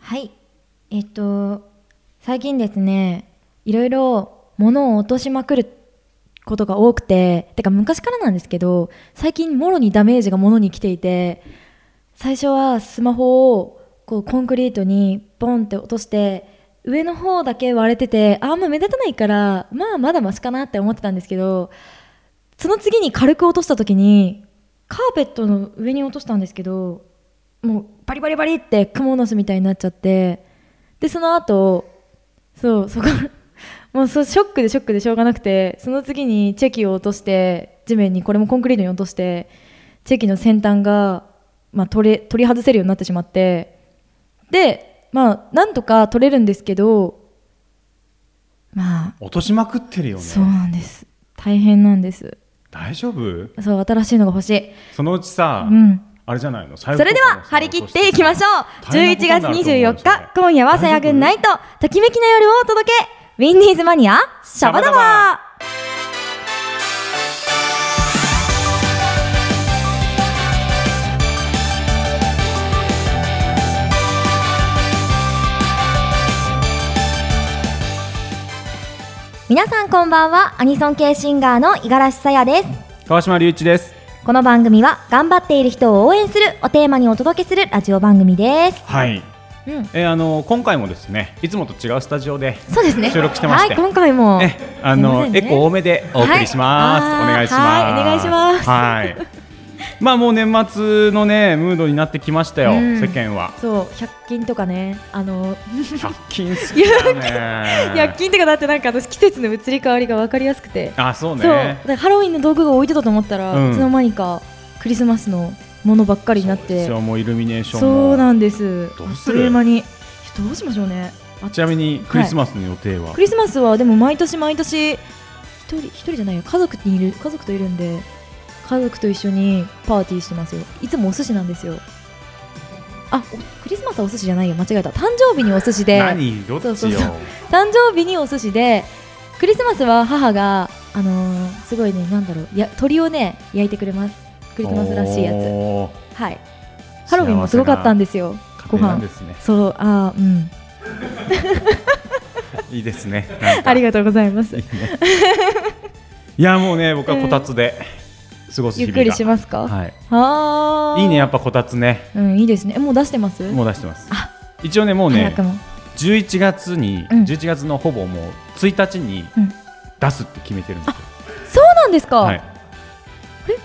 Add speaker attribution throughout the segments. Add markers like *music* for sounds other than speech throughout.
Speaker 1: はいえっと最近ですねいろいろ物を落としまくることが多くててか昔からなんですけど最近もろにダメージが物に来ていて最初はスマホをこうコンクリートにボンって落として上の方だけ割れててああんま目立たないからまあまだマシかなって思ってたんですけどその次に軽く落とした時にカーペットの上に落としたんですけどもうバリバリバリって蜘蛛の巣みたいになっちゃってでその後そうそこ *laughs* もうそうショックでショックでしょうがなくてその次にチェキを落として地面にこれもコンクリートに落としてチェキの先端が、まあ、取れ取り外せるようになってしまってでまあなんとか取れるんですけどまあ
Speaker 2: 落としまくってるよね
Speaker 1: そうなんです大変なんです
Speaker 2: 大丈夫
Speaker 1: そう新しいのが欲しい、
Speaker 2: そのうちさ、
Speaker 1: うん、
Speaker 2: あれじゃないのそ
Speaker 1: それでは張り切っていきましょう11月24日今夜はさやぐんナイトときめきの夜をお届けウィンディーズマニアシャバダバ皆さんこんばんはアニソン系シンガーの五十嵐さやです
Speaker 2: 川島隆一です
Speaker 1: この番組は頑張っている人を応援するおテーマにお届けするラジオ番組です。
Speaker 2: はい
Speaker 1: うん、
Speaker 2: えーあの今回もですねいつもと違うスタジオで
Speaker 1: そうですね。
Speaker 2: 収録してまして
Speaker 1: はい、今回も。
Speaker 2: ね、あの、
Speaker 1: すいませんね
Speaker 2: エコー多めでお送りします。
Speaker 1: はいあー
Speaker 2: お願いします。
Speaker 1: はいお願いします
Speaker 2: はい。まあもう年末のねムードになってきましたよ、
Speaker 1: うん
Speaker 2: 世
Speaker 1: *laughs*
Speaker 2: 間は。
Speaker 1: そう、百均とかね、あの、
Speaker 2: 百均好きだね。
Speaker 1: 百均とかだってなんか私季節の移り変わりがわかりやすくて。
Speaker 2: あそう
Speaker 1: そう、だ
Speaker 2: ね。
Speaker 1: からハロウィンの道具が置いてたと思ったら、
Speaker 2: うん
Speaker 1: いつの間にかクリスマスのものばっかりになっ
Speaker 2: で
Speaker 1: て。
Speaker 2: す
Speaker 1: そう
Speaker 2: よもうイルミネーションも。
Speaker 1: なんです。
Speaker 2: ど
Speaker 1: あ
Speaker 2: う
Speaker 1: っ
Speaker 2: す
Speaker 1: と
Speaker 2: る
Speaker 1: いう間に。どうしましょうね。あ
Speaker 2: ちなみにクリスマスの予定は、
Speaker 1: クリスマスはでも毎年毎年一人一人じゃないよ家族にいる家族といるんで家族と一緒にパーティーしてますよいつもお寿司なんですよあおクリスマスはお寿司じゃないよ間違えた誕生日にお寿司で誕
Speaker 2: 何どっちよ。
Speaker 1: そうそうそう生日にお寿司でクリスマスは母があのーすごいねなんだろうや鳥をね焼いてくれますクリスマスらしいやつ
Speaker 2: おー
Speaker 1: はいハロウィンもすごかったんですよ
Speaker 2: 家
Speaker 1: ご
Speaker 2: 庭なん
Speaker 1: 飯
Speaker 2: ですね。
Speaker 1: そうあーうん
Speaker 2: いいですね。
Speaker 1: あり
Speaker 2: が
Speaker 1: がとうございます
Speaker 2: いね。 *laughs* いやもうね僕はこたつで過ごす日
Speaker 1: ゆっ
Speaker 2: 々
Speaker 1: く
Speaker 2: が。
Speaker 1: りしますか、
Speaker 2: はい。
Speaker 1: あー
Speaker 2: いいねやっぱこたつね。
Speaker 1: うん、いいですね。えもう出してます
Speaker 2: もう出してます
Speaker 1: あ。
Speaker 2: 一応ねもう
Speaker 1: 早
Speaker 2: ね
Speaker 1: くも。
Speaker 2: 11月に、
Speaker 1: うん
Speaker 2: 11月のほぼもう1日に
Speaker 1: うん
Speaker 2: 出すって決めてるんですよ。
Speaker 1: そうなんですか、
Speaker 2: はい。
Speaker 1: れ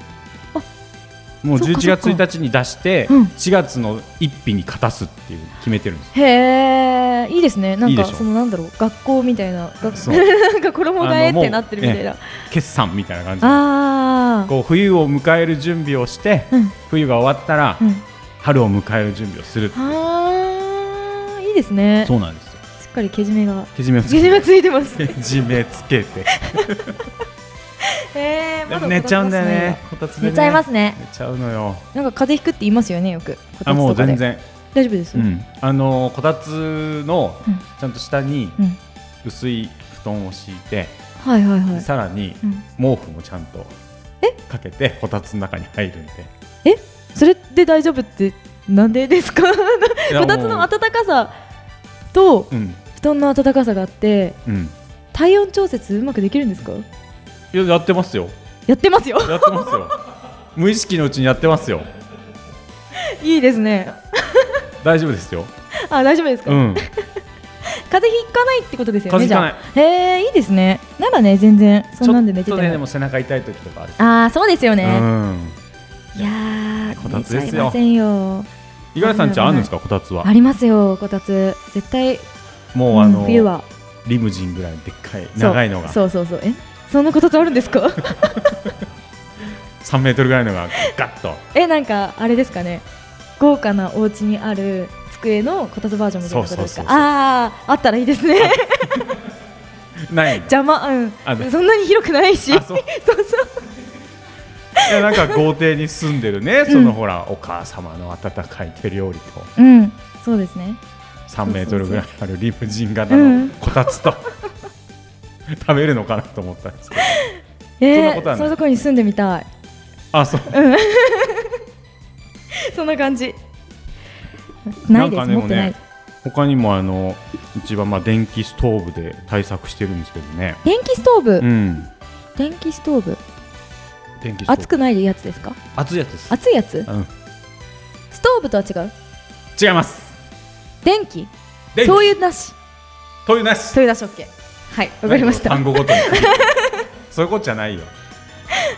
Speaker 2: もう
Speaker 1: そっか
Speaker 2: 11月1日に出して
Speaker 1: うん
Speaker 2: 4月の一日に勝たすっていう決めてるんです。
Speaker 1: へえ、いいですね。なん
Speaker 2: いい
Speaker 1: か
Speaker 2: でしょ
Speaker 1: そのなんだろう、学校みたいな、学 *laughs*
Speaker 2: そう
Speaker 1: なんか衣替え
Speaker 2: あ
Speaker 1: っ
Speaker 2: のもう
Speaker 1: てなってるみたいな。
Speaker 2: 決算みたいな感じで。
Speaker 1: あ
Speaker 2: こう冬を迎える準備をして、
Speaker 1: あ、うん、
Speaker 2: 冬が終わったら、
Speaker 1: うん、
Speaker 2: 春を迎える準備をする。
Speaker 1: ああ、いいですね。し
Speaker 2: そうなんですよ。
Speaker 1: っかりけじめが。
Speaker 2: けじめをつ
Speaker 1: け
Speaker 2: け
Speaker 1: じめ
Speaker 2: て。
Speaker 1: ついてます。
Speaker 2: けじめつけて。
Speaker 1: *laughs* えー、
Speaker 2: で
Speaker 1: まだ
Speaker 2: も寝ちゃうんだよね。。
Speaker 1: こたつですね。寝ちゃいますすね。
Speaker 2: 寝ちゃうのよ。
Speaker 1: なんか風邪ひくって言いますよね、よく。
Speaker 2: あもう全
Speaker 1: こたつとかで。
Speaker 2: 然。
Speaker 1: 大丈夫です。
Speaker 2: うん。あのこたつの
Speaker 1: うん
Speaker 2: ちゃんと下に
Speaker 1: うん
Speaker 2: 薄い布団を敷いて、
Speaker 1: はいはいはい。
Speaker 2: さらに
Speaker 1: うん
Speaker 2: 毛布もちゃんと
Speaker 1: え
Speaker 2: かけてこたつの中に入る
Speaker 1: *laughs*
Speaker 2: んで。
Speaker 1: それで大丈夫って、なんでですか *laughs* こ
Speaker 2: いや
Speaker 1: たつの
Speaker 2: もう
Speaker 1: 暖かさと、
Speaker 2: うん
Speaker 1: 布団の暖かさがあって
Speaker 2: うん。
Speaker 1: 体温調節うまくできるんですか
Speaker 2: いややってますよ。
Speaker 1: やって
Speaker 2: *laughs*
Speaker 1: ますよ
Speaker 2: やってますよ。無意識のうちにやってますよ。
Speaker 1: いいですね
Speaker 2: 大丈夫ですよ。
Speaker 1: *laughs* あ大丈夫ですか、
Speaker 2: うん。
Speaker 1: 風邪ひかないってことですよ
Speaker 2: 風
Speaker 1: ねじゃ
Speaker 2: 邪ひ
Speaker 1: あ
Speaker 2: かない。
Speaker 1: へえいいですねならね全然そんなんで寝て
Speaker 2: ちょ
Speaker 1: ても、
Speaker 2: っとねでも背中痛い時とかある。
Speaker 1: ああそうですよ
Speaker 2: う
Speaker 1: ね、
Speaker 2: ん。
Speaker 1: いやー
Speaker 2: こたつですよ
Speaker 1: 寝ちゃいませんよ
Speaker 2: 五十嵐さんちあるんですかこたつは
Speaker 1: あ。りますよこたつ絶対
Speaker 2: もうあ
Speaker 1: う
Speaker 2: の
Speaker 1: ん冬は
Speaker 2: リムジンぐらいのでっかい長いのが
Speaker 1: そうそうそうそうえそんなこたつあるんですか
Speaker 2: 3メートルぐらいのがガッと。
Speaker 1: えなんかあれですかね豪華なお家にある机のこたつバージョンみたいなことです
Speaker 2: そうそうそう
Speaker 1: か
Speaker 2: そう
Speaker 1: あああったらいいですね
Speaker 2: ないの。
Speaker 1: *laughs* 邪魔うん
Speaker 2: あで
Speaker 1: そんなに広くないし
Speaker 2: あそう
Speaker 1: *laughs* そうそう
Speaker 2: いやなんか豪邸に住んでるね、その
Speaker 1: うん
Speaker 2: ほらお母様の温かい手料理と
Speaker 1: うんそうですね
Speaker 2: 3メートルぐらいあるリムジン型
Speaker 1: うん
Speaker 2: のこたつと、 *laughs* 食べるのかなと思ったんですけど
Speaker 1: え
Speaker 2: そんなことは
Speaker 1: ー、
Speaker 2: ない
Speaker 1: そういうとこに住んでみたい *laughs*
Speaker 2: あそう
Speaker 1: そんな感じないです
Speaker 2: なんかで
Speaker 1: 持
Speaker 2: も
Speaker 1: ってない
Speaker 2: ね他にもあのうちはまあ電気ストーブで対策してるんですけどね。
Speaker 1: 電気ストーブ、
Speaker 2: うん。
Speaker 1: 電気ストーブ
Speaker 2: 電気ストーブ
Speaker 1: 熱くないやつですか
Speaker 2: 熱いやつです。
Speaker 1: 熱いやつ
Speaker 2: うん。
Speaker 1: ストーブとは違う
Speaker 2: 違います。
Speaker 1: 電気
Speaker 2: 電気
Speaker 1: 灯油なし
Speaker 2: 灯油なし。
Speaker 1: 灯油なし OK はいわかりました
Speaker 2: 単語ごとに。そういうことじゃないよ。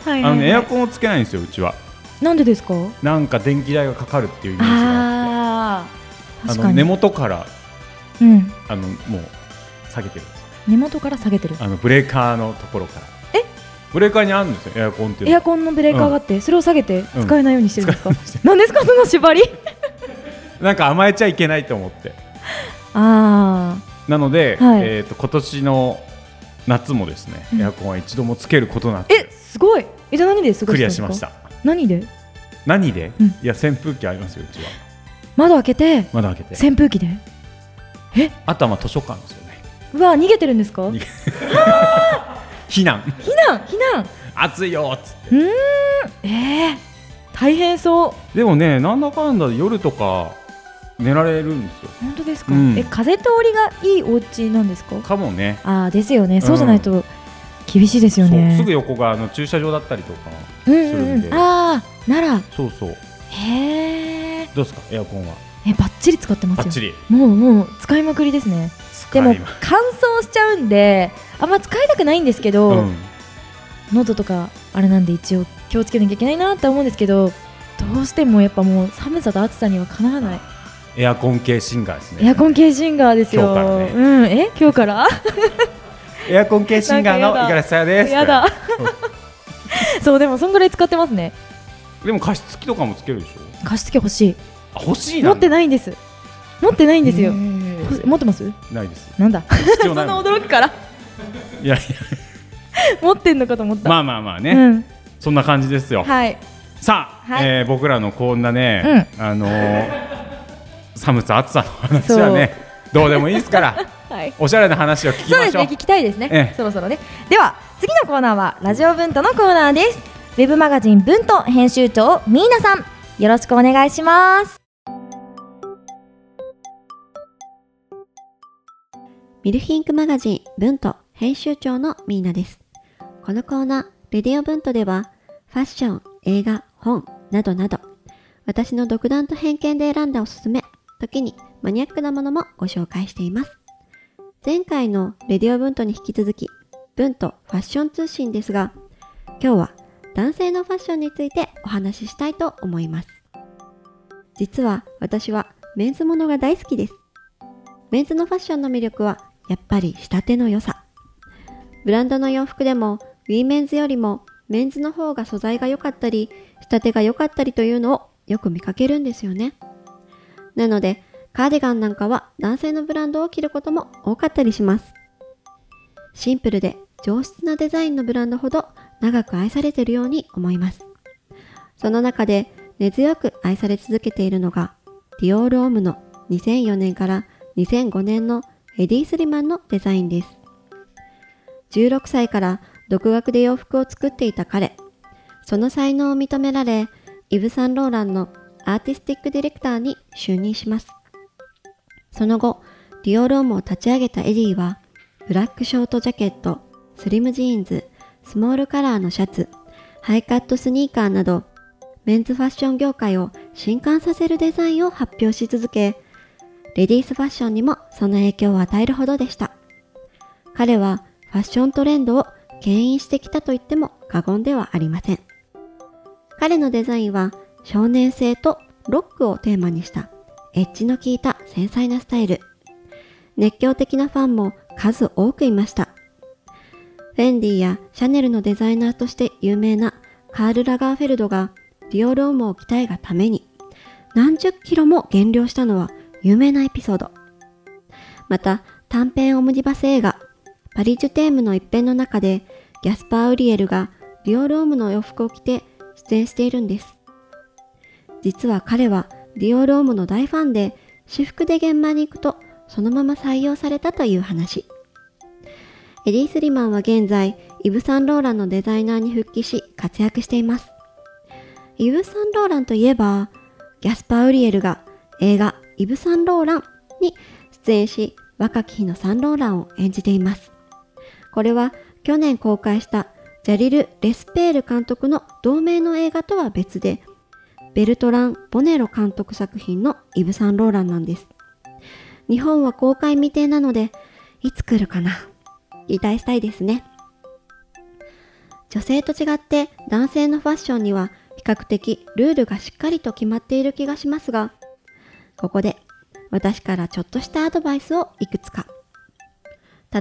Speaker 1: はい
Speaker 2: あのねエ
Speaker 1: は
Speaker 2: ア
Speaker 1: い
Speaker 2: コンをつけないんですようちは。
Speaker 1: なんでですか
Speaker 2: なんか電気代がかかるっていうイメージがあって。
Speaker 1: ああ
Speaker 2: あ
Speaker 1: 確
Speaker 2: の
Speaker 1: かに
Speaker 2: 根元から
Speaker 1: うん
Speaker 2: あのもう下げてるんです。
Speaker 1: 根元から下げてる
Speaker 2: あのブレーカーのところから。え？ブレーカーにあるんですよエアコンっていうの
Speaker 1: エアコンのブレーカーがあって、それを下げて
Speaker 2: うん
Speaker 1: 使えないようにしてるんですか、なん、何ですかその縛
Speaker 2: *laughs*
Speaker 1: り
Speaker 2: なんか甘えちゃいけないと思って。
Speaker 1: あ
Speaker 2: なので、
Speaker 1: はい
Speaker 2: えっ、と今年の夏もですね、
Speaker 1: うん
Speaker 2: エアコンは一度もつけることな
Speaker 1: ー
Speaker 2: く
Speaker 1: えすごいえじゃあ何で過ごして
Speaker 2: クリ
Speaker 1: るん
Speaker 2: ア
Speaker 1: です
Speaker 2: し
Speaker 1: か
Speaker 2: ました。
Speaker 1: 何で
Speaker 2: 何で、
Speaker 1: うん
Speaker 2: いや扇風機ありますようちは。
Speaker 1: 窓開けて
Speaker 2: まだ開けて。
Speaker 1: 扇風機で
Speaker 2: あとはまあ図書館ですよね。
Speaker 1: うわ逃げてるんですか
Speaker 2: 逃
Speaker 1: 避
Speaker 2: げ避難
Speaker 1: 難避難
Speaker 2: 暑いよっつっ
Speaker 1: う
Speaker 2: て。
Speaker 1: ーんえー、大変そう
Speaker 2: でもねなんだかんだで夜とか寝られるんですよ。
Speaker 1: 本当ですか、
Speaker 2: うん
Speaker 1: え風通りがいいお家なんですか
Speaker 2: かもね。
Speaker 1: ああですよねそうじゃないと厳しいです
Speaker 2: そ
Speaker 1: よね、
Speaker 2: うすぐ横があの駐車場だったりとか。
Speaker 1: うん
Speaker 2: する
Speaker 1: うん
Speaker 2: んで
Speaker 1: うんああなら
Speaker 2: そうそう。
Speaker 1: へー
Speaker 2: どうですかエアコンは。
Speaker 1: えバッチリ使ってます
Speaker 2: バ
Speaker 1: よ
Speaker 2: ッチリ。
Speaker 1: もうもう使いまくりですねでも
Speaker 2: 使いま
Speaker 1: 乾燥しちゃうんであんま使いたくないんですけど、
Speaker 2: うん。
Speaker 1: 喉とかあれなんで一応気をつけなきゃいけないなって思うんですけどどうしてもやっぱもう寒さと暑さにはかなわない
Speaker 2: エアコン系シンガーですね。
Speaker 1: エアコン系シンガーですよ
Speaker 2: 今日からね
Speaker 1: うんえ今日から
Speaker 2: エアコン系シンガーの五十嵐さやです。
Speaker 1: やだそうでもそんぐらい使ってますね
Speaker 2: でも加湿器とかもつけるでしょ。
Speaker 1: 加湿器欲し
Speaker 2: あ欲し
Speaker 1: い
Speaker 2: い
Speaker 1: 持
Speaker 2: な。
Speaker 1: って
Speaker 2: な
Speaker 1: ないんです持ってないんですよ、ほし持ってます
Speaker 2: ないです。
Speaker 1: なんだ
Speaker 2: 必
Speaker 1: *laughs* そ
Speaker 2: 要
Speaker 1: ん
Speaker 2: ない。
Speaker 1: な驚くから
Speaker 2: いや
Speaker 1: *laughs*
Speaker 2: いや。
Speaker 1: 持ってんのかと思った、
Speaker 2: まあまあまあね。
Speaker 1: うん
Speaker 2: そんな感じですよ。
Speaker 1: はい
Speaker 2: さあ、
Speaker 1: はい
Speaker 2: えー僕らのこんなね、あのー、寒さ暑さの話はね、どうでもいいですから、
Speaker 1: *laughs* はい
Speaker 2: おしゃれな話を聞き
Speaker 1: そう
Speaker 2: ま
Speaker 1: で
Speaker 2: し
Speaker 1: す
Speaker 2: ょう。
Speaker 1: ね、聞きたいですね、
Speaker 2: ええ
Speaker 1: そろそろね。では、次のコーナーは、ラジオ文とのコーナーです。ウェブマガジン文と編集長、ミーナさん、よろしくお願いします。
Speaker 3: ミルフィンクマガジン文と編集長のミーナです。このコーナー、レディオ文とでは、ファッション、映画、本などなど、私の独断と偏見で選んだおすすめ、時にマニアックなものもご紹介しています。前回のレディオ文とに引き続き、文とファッション通信ですが、今日は男性のファッションについてお話ししたいと思います。実は私はメンズものが大好きです。メンズのファッションの魅力はやっぱり仕立ての良さ。ブランドの洋服でもウィメンズよりもメンズの方が素材が良かったり仕立てが良かったりというのをよく見かけるんですよね。なのでカーディガンなんかは男性のブランドを着ることも多かったりします。シンプルで上質なデザインのブランドほど長く愛されているように思います。その中で根強く愛され続けているのがディオール・オムの2004年から2005年のエディ・スリマンのデザインです16歳から独学で洋服を作っていた彼その才能を認められイヴ・サンローランのアーティスティックディレクターに就任しますその後ディオール・オムを立ち上げたエディはブラックショートジャケットスリムジーンズスモールカラーのシャツハイカットスニーカーなどメンズファッション業界を震撼させるデザインを発表し続け、レディースファッションにもその影響を与えるほどでした。彼はファッショントレンドを牽引してきたと言っても過言ではありません。彼のデザインは少年性とロックをテーマにしたエッジの効いた繊細なスタイル。熱狂的なファンも数多くいました。フェンディやシャネルのデザイナーとして有名なカール・ラガーフェルドがディオール・オムを鍛えがために何十キロも減量したのは有名なエピソード。また短編オムニバス映画パリ・ジュテームの一編の中でギャスパー・ウリエルがディオール・オムの洋服を着て出演しているんです。実は彼はディオール・オムの大ファンで私服で現場に行くとそのまま採用されたという話。エディ・スリマンは現在、イブ・サンローランのデザイナーに復帰し活躍しています。イブ・サンローランといえば、ギャスパー・ウリエルが映画イブ・サンローランに出演し若き日のサンローランを演じていますこれは去年公開したジャリル・レスペール監督の同名の映画とは別でベルトラン・ボネロ監督作品のイブ・サンローランなんです日本は公開未定なのでいつ来るかな期待したいですね女性と違って男性のファッションには比較的ルールがしっかりと決まっている気がしますがここで私からちょっとしたアドバイスをいくつか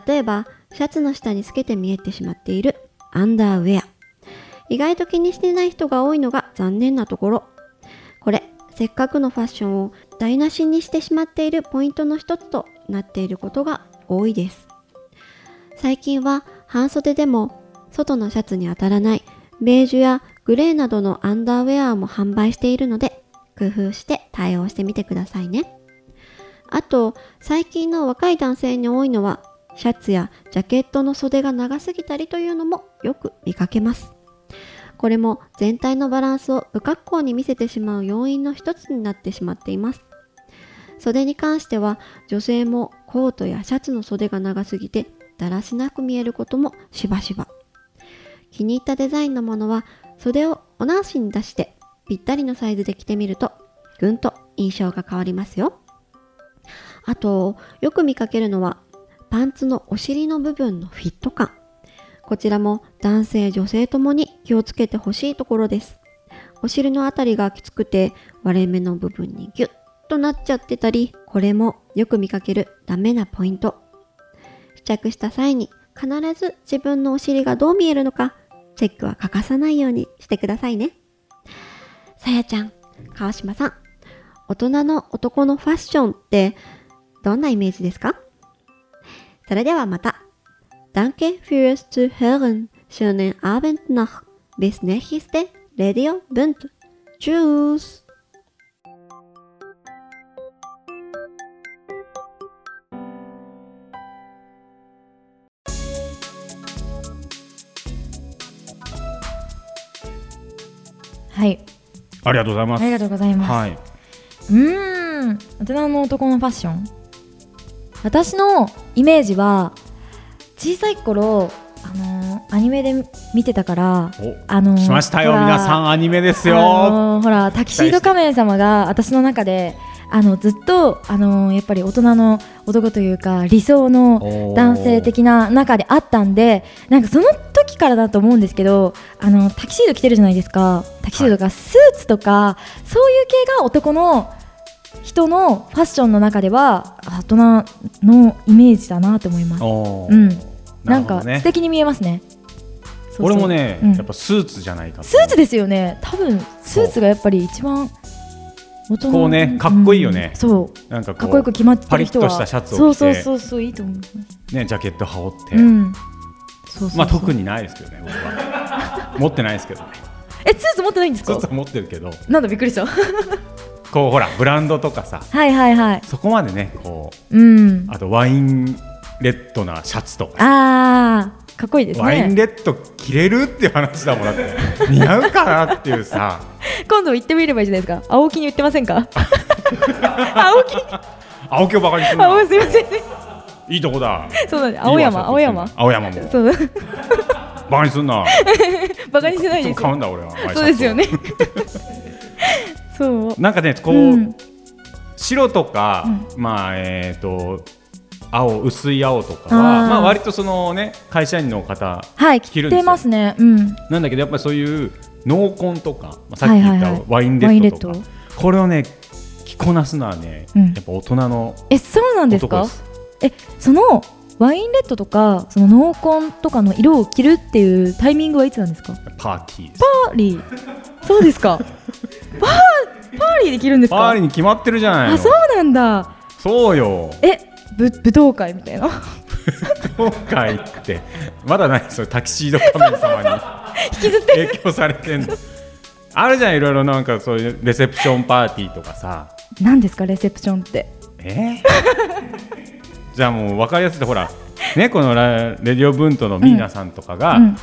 Speaker 3: 例えばシャツの下に透けて見えてしまっているアンダーウェア意外と気にしてない人が多いのが残念なところこれせっかくのファッションを台無しにしてしまっているポイントの一つとなっていることが多いです最近は半袖でも外のシャツに当たらないベージュやグレーなどのアンダーウェアも販売しているので工夫して対応してみてくださいねあと最近の若い男性に多いのはシャツやジャケットの袖が長すぎたりというのもよく見かけますこれも全体のバランスを不格好に見せてしまう要因の一つになってしまっています袖に関しては女性もコートやシャツの袖が長すぎてだらしなく見えることもしばしば気に入ったデザインのものは袖をお直しに出してぴったりのサイズで着てみるとぐんと印象が変わりますよあとよく見かけるのはパンツのお尻の部分のフィット感こちらも男性女性ともに気をつけてほしいところですお尻のあたりがきつくて割れ目の部分にギュッとなっちゃってたりこれもよく見かけるダメなポイント試着した際に必ず自分のお尻がどう見えるのかチェックは欠かさないようにしてくださいねさやちゃん川島さん大人の男のファッションってどんなイメージですかそれではまた。Danke fürs Zuhören. Schönen Abend noch. Bis nächste Radio Bund. Tschüss.
Speaker 1: すはい
Speaker 2: ありがとうございます
Speaker 1: ありがとうございます、
Speaker 2: はい、
Speaker 1: うーん大人の男のファッション私のイメージは小さい頃あのーアニメで見てたから
Speaker 2: お
Speaker 1: あのー
Speaker 2: 来ましたよ
Speaker 1: ほら
Speaker 2: 皆さんアニメですよ、
Speaker 1: あのーほらタキシード仮面様が私の中であのずっとあのーやっぱり大人の男というか理想の
Speaker 2: おー
Speaker 1: 男性的な中であったんでなんかその時からだと思うんですけどあのタキシード着てるじゃないですかタキシードがスーツとか、そういう系が男の人のファッションの中ではあ大人のイメージだなと思います。
Speaker 2: おー
Speaker 1: うん、な
Speaker 2: な
Speaker 1: ん
Speaker 2: るほど
Speaker 1: か
Speaker 2: ね
Speaker 1: 素敵に見えますね。そうそう
Speaker 2: 俺もね、
Speaker 1: うん
Speaker 2: やっぱスーツじゃないか
Speaker 1: スーツですよね多分スーツがやっぱり一番大人の
Speaker 2: こうねかっこいいよね
Speaker 1: うんそう
Speaker 2: なんかこう
Speaker 1: かっこよく決まってる人は
Speaker 2: パリッとしたシャツを着て
Speaker 1: そうそうそうそういいと思います
Speaker 2: ね、ジャケット羽織って、
Speaker 1: うんそうそうそう
Speaker 2: まあ特にないですけどね僕は持ってないですけどね
Speaker 1: えスーツ持ってないんです
Speaker 2: スー
Speaker 1: か
Speaker 2: ツは持ってるけど
Speaker 1: なんだびっくりした *laughs* は
Speaker 2: こうほらブランドとかさ
Speaker 1: いはいはい
Speaker 2: そこまでねこう
Speaker 1: うん
Speaker 2: あとワインレッドなシャツとか、
Speaker 1: あーかっこいいです
Speaker 2: ワイン
Speaker 1: ね
Speaker 2: レッド着れるっていう話だもんだって似合うかなっていうさ
Speaker 1: 今度行ってみればいいじゃないですか青木に言ってません
Speaker 2: *laughs*
Speaker 1: か青木
Speaker 2: 青木をバカにする
Speaker 1: 青
Speaker 2: な
Speaker 1: すいません
Speaker 2: いいとこだ
Speaker 1: そうなんです青山
Speaker 2: いいわ
Speaker 1: 青山
Speaker 2: シャツ青山も
Speaker 1: そう *laughs*
Speaker 2: バカにすんな
Speaker 1: バカにしてない
Speaker 2: いつ
Speaker 1: で
Speaker 2: も
Speaker 1: す
Speaker 2: 買う
Speaker 1: よ
Speaker 2: んだ俺はワイシャツを
Speaker 1: そうですよね *laughs* そう
Speaker 2: なんかねこう、
Speaker 1: うん
Speaker 2: 白とか、まあえっ、と青薄い青とか
Speaker 1: あ
Speaker 2: は
Speaker 1: ー
Speaker 2: まあ割とそのね会社員の方
Speaker 1: はい
Speaker 2: 着
Speaker 1: 着
Speaker 2: るんですよ
Speaker 1: てますねうん
Speaker 2: なんだけどやっぱりそういう濃紺とか、まあ、さっき
Speaker 1: は
Speaker 2: 言っ
Speaker 1: いはいはい
Speaker 2: たワインレッドと
Speaker 1: ワ
Speaker 2: か、
Speaker 1: インレッ
Speaker 2: これをね着こなすのはね、
Speaker 1: うん
Speaker 2: やっぱ大人の
Speaker 1: えそうなんです
Speaker 2: 男
Speaker 1: か
Speaker 2: で
Speaker 1: え
Speaker 2: す
Speaker 1: そのワインレッドとかその濃紺とかの色を着るっていうタイミングはいつなんですか
Speaker 2: パーティーです
Speaker 1: パーリーそうです *laughs* かパーパーリーで着るんです
Speaker 2: パ
Speaker 1: か
Speaker 2: ーリーに決まってるじゃないの
Speaker 1: あそうなんだ
Speaker 2: そうよ
Speaker 1: えぶ舞踏会みた
Speaker 2: *laughs*
Speaker 1: いな
Speaker 2: 今回ってまだないそれタキシード仮面様に
Speaker 1: 引きずって
Speaker 2: *laughs* 影響されてんのあるじゃんいろいろなんかそういうレセプションパーティーとかさ
Speaker 1: 何ですかレセプションって
Speaker 2: えじゃあもう分かりやすいとほらねこのラレディオブントのミーナさんとかが、
Speaker 1: うん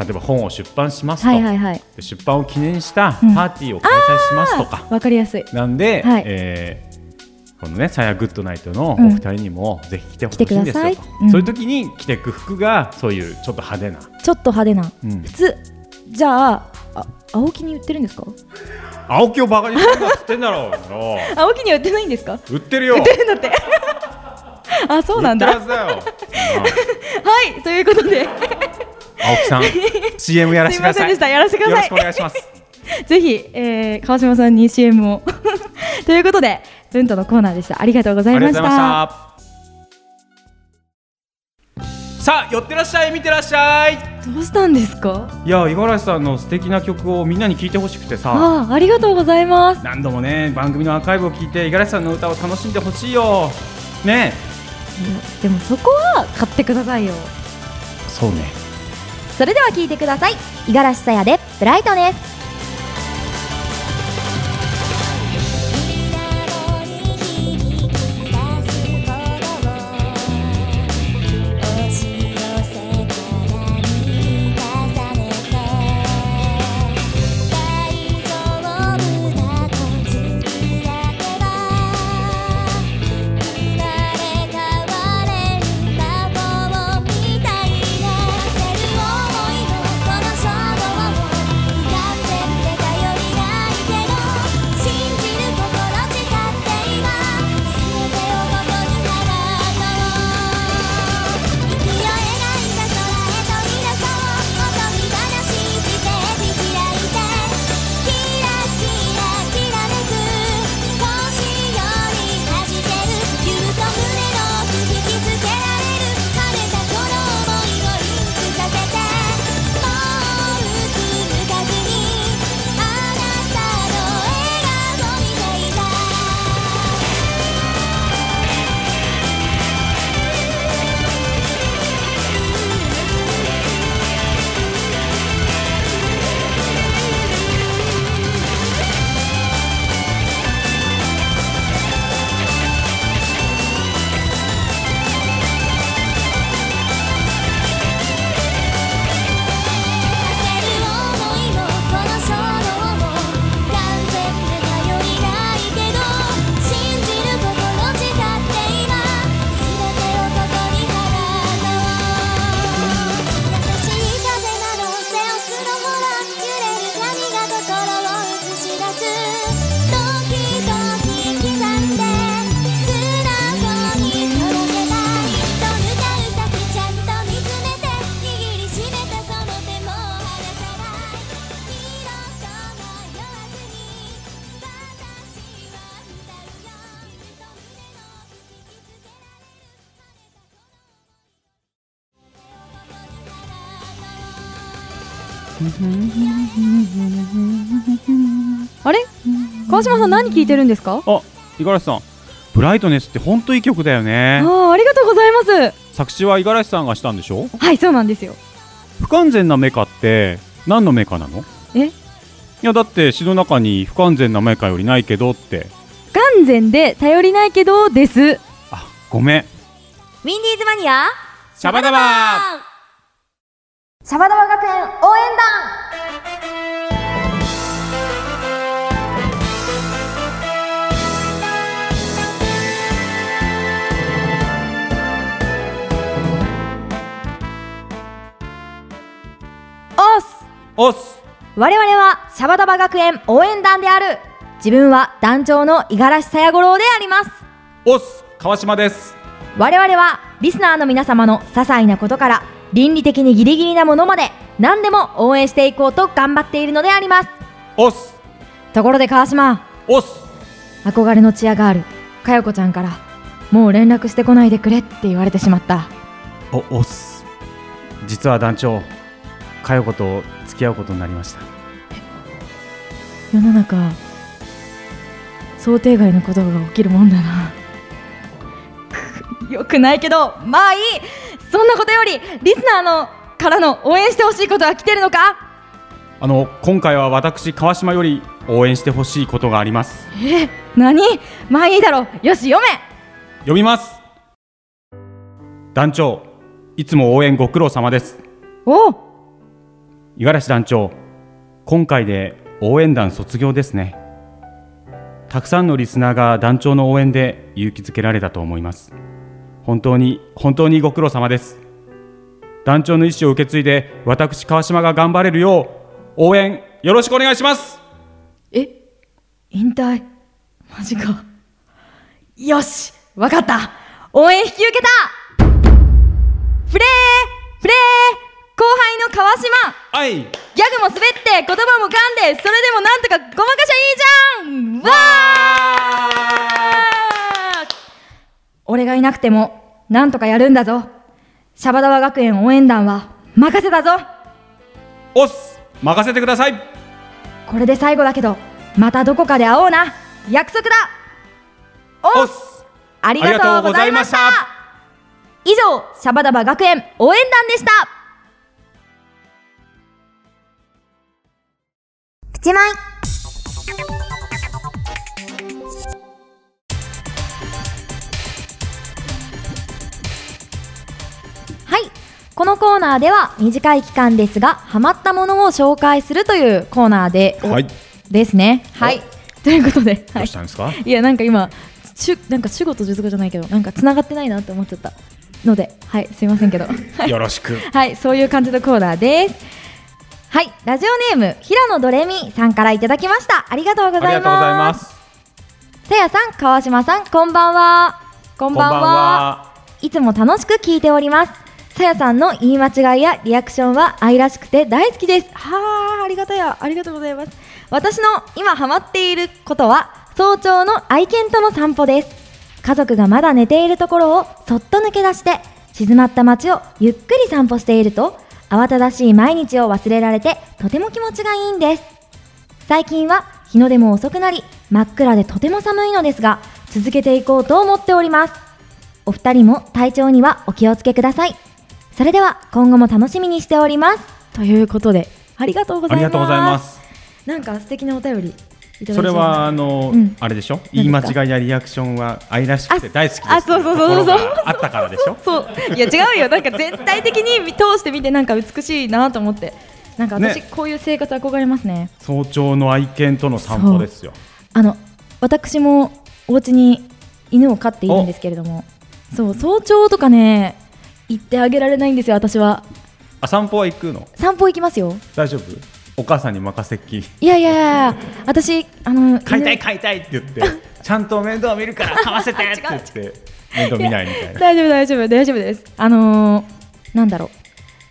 Speaker 2: 例えば本を出版しますと、
Speaker 1: はいはいはい
Speaker 2: で出版を記念したパ
Speaker 1: うん
Speaker 2: ーティーを開催しますとか、
Speaker 1: わかりやすい
Speaker 2: なんで、
Speaker 1: はい
Speaker 2: えーこのね、さやグッドナイトのお二人にも、ぜひ来てほしいんですよ
Speaker 1: 来てください
Speaker 2: と
Speaker 1: うん
Speaker 2: そういう時に着てく服が、そういうちょっと派手な。
Speaker 1: ちょっと派手な
Speaker 2: うん
Speaker 1: 普、通じゃああ青木に売ってるんですか
Speaker 2: 青木をバカにするなっつってんだろうよ。
Speaker 1: 青木には売ってないんですか
Speaker 2: 売ってるよ。
Speaker 1: 売ってるんだって *laughs* あそうなんだ
Speaker 2: 売っ
Speaker 1: は
Speaker 2: てるはずだよ。
Speaker 1: いということで *laughs*
Speaker 2: 青木さん、CM やらせてください。
Speaker 1: すいませんでしたやらせてください
Speaker 2: よろしくお願いします。
Speaker 1: ぜひ、えー川島さんに CM を *laughs* ということで文とのコーナーでしたありがとうございました
Speaker 2: ありがとうございました。さあ、寄ってらっしゃい、見てらっしゃい。
Speaker 1: どうしたんですか
Speaker 2: いや、五十嵐さんの素敵な曲をみんなに聴いてほしくてさ。
Speaker 1: ああありがとうございます
Speaker 2: 何度もね、番組のアーカイブを聞いて、五十嵐さんの歌を楽しんでほしいよ。ね
Speaker 1: でもそこは買ってくださいよ
Speaker 2: そうね。
Speaker 1: それでは聞いてください五十嵐さやでブライトです
Speaker 4: 「焦る想いもこの衝動も」「完全で頼りないけど」「信じる心誓って今」「全てをここに払おう」「優しい風などセオスのほら揺れる髪が心を映し出す」「時々刻んで素直に届けたい」「と歌う先ちゃんと見つめて握りしめたその手も離さない」「二度と迷わずに私は歌うよ」「と胸の吹きつけられる
Speaker 1: あれ川島さん何聞いてるんですか
Speaker 2: あ、五十嵐さん。ブライトネスって本当いい曲だよ
Speaker 1: あ
Speaker 2: ね。
Speaker 1: あありがとうございま
Speaker 2: 作詞は五十嵐さんがしたんでしょ
Speaker 1: すはいそうなんですよ
Speaker 2: 不完全なメカって何のメカなの
Speaker 1: え
Speaker 2: いやだって詩の中に不完全なメカよりないけどって
Speaker 1: 不完全で頼りないけどです
Speaker 2: あごめん
Speaker 4: ウィンディーズマニア
Speaker 2: シャバダバ
Speaker 5: シャバダバ学園応援団
Speaker 1: おっす
Speaker 2: おっす
Speaker 1: 我々はシャバダバ学園応援団である自分は団長の五十嵐さや五郎であります
Speaker 2: おっす川島です
Speaker 1: 我々はリスナーの皆様の些細なことから倫理的にギリギリなものまで何でも応援していこうと頑張っているのであります
Speaker 2: おっす
Speaker 1: ところで川島
Speaker 2: おっす
Speaker 1: 憧れのチアガールかよこちゃんからもう連絡してこないでくれって言われてしまった
Speaker 2: おおっす実は団長佳代子と付き合うことになりました
Speaker 1: 世の中想定外のことが起きるもんだな *laughs* くよくないけどまあいいそんなことよりリスナーのからの応援してほしいことは来てるのか
Speaker 2: あの今回は私川島より応援してほしいことがあります
Speaker 1: 何まあいいだろうよし読め
Speaker 2: 読みます団長いつも応援ご苦労様です
Speaker 1: おう
Speaker 2: 五十嵐団長今回で応援団卒業ですねたくさんのリスナーが団長の応援で勇気づけられたと思います本当に本当にご苦労様です団長の意思を受け継いで私川島が頑張れるよう応援よろしくお願いします
Speaker 1: え引退マジかよしわかった応援引き受けたプレープレー後輩の川島
Speaker 2: はい
Speaker 1: ギャグも滑って言葉も噛んでそれでもなんとかごまかしゃいいじゃんわー俺がいなくてもなんとかやるんだぞシャバダワ学園応援団は任せだぞ
Speaker 2: おっす任せてください
Speaker 1: これで最後だけどまたどこかで会おうな約束だ
Speaker 2: お
Speaker 1: お
Speaker 2: っ
Speaker 1: っ
Speaker 2: す
Speaker 1: ありがとうございました
Speaker 2: ありがとうございま
Speaker 1: 以上シャバダバ学園応援団でした
Speaker 5: プチマイ
Speaker 1: はいこのコーナーでは短い期間ですがハマったものを紹介するというコーナーで、
Speaker 2: はい
Speaker 1: ですねはいということで、
Speaker 2: ど
Speaker 1: は
Speaker 2: う
Speaker 1: い
Speaker 2: し、たんですか
Speaker 1: *laughs* いやなんか今しゅなんか主語と術語じゃないけどなんかつながってないなって思っちゃったのではいすいません
Speaker 2: *laughs*
Speaker 1: けどはい
Speaker 2: よろしく
Speaker 1: はい、そういう感じのコーナーです。はい、ラジオネーム平野ドレミさんからいただきました。ありがとうご
Speaker 2: あり
Speaker 1: ざい
Speaker 2: がとうございま
Speaker 1: ます。
Speaker 2: す
Speaker 1: せやさん、川島さん、こんばんは。こ
Speaker 2: こ
Speaker 1: んばんは。いつも楽しく聞いております。さやさんの言い間違いやリアクションは愛らしくて大好きです。はあ、ありがたや、ありがとうございます。私の今ハマっていることは、早朝の愛犬との散歩です。家族がまだ寝ているところをそっと抜け出して、静まった街をゆっくり散歩していると、慌ただしい毎日を忘れられて、とても気持ちがいいんです。最近は日の出も遅くなり、真っ暗でとても寒いのですが、続けていこうと思っております。お二人も体調にはお気をつけください。それでは今後も楽しみにしております。ということで、ありがとうござ
Speaker 2: あ
Speaker 1: います。
Speaker 2: りがとうございます
Speaker 1: なんか素敵なお便りいただきました。
Speaker 2: それはあの、
Speaker 1: うん
Speaker 2: あれでしょ言い
Speaker 1: 何で
Speaker 2: 間
Speaker 1: すか
Speaker 2: 違いやリアクションは愛らしくて大好きです
Speaker 1: あ、そうそうそうそう
Speaker 2: と
Speaker 1: そう
Speaker 2: ころ。があったからでしょ
Speaker 1: *laughs* そう。いや違うよ。なんか全体的に通してみてなんか美しいなと思って。なんか私、
Speaker 2: ね
Speaker 1: こういう生活憧れますね。
Speaker 2: 早朝の愛犬との散歩ですよ
Speaker 1: あの私もお家に犬を飼っているんですけれども、そう早朝とかね行ってあげられないんですよ私は。
Speaker 2: あ散歩は行くの
Speaker 1: 散歩行きますよ。
Speaker 2: 大丈夫お母さんに任せっきり
Speaker 1: いやいやいや、私あの
Speaker 2: 飼いたい
Speaker 1: 犬
Speaker 2: 飼いたいって言
Speaker 1: *laughs*
Speaker 2: ってちゃんと面倒見るから飼わせてって言って面倒見ないみたいな
Speaker 1: 大丈夫大丈夫大丈夫です。あのーなんだろう。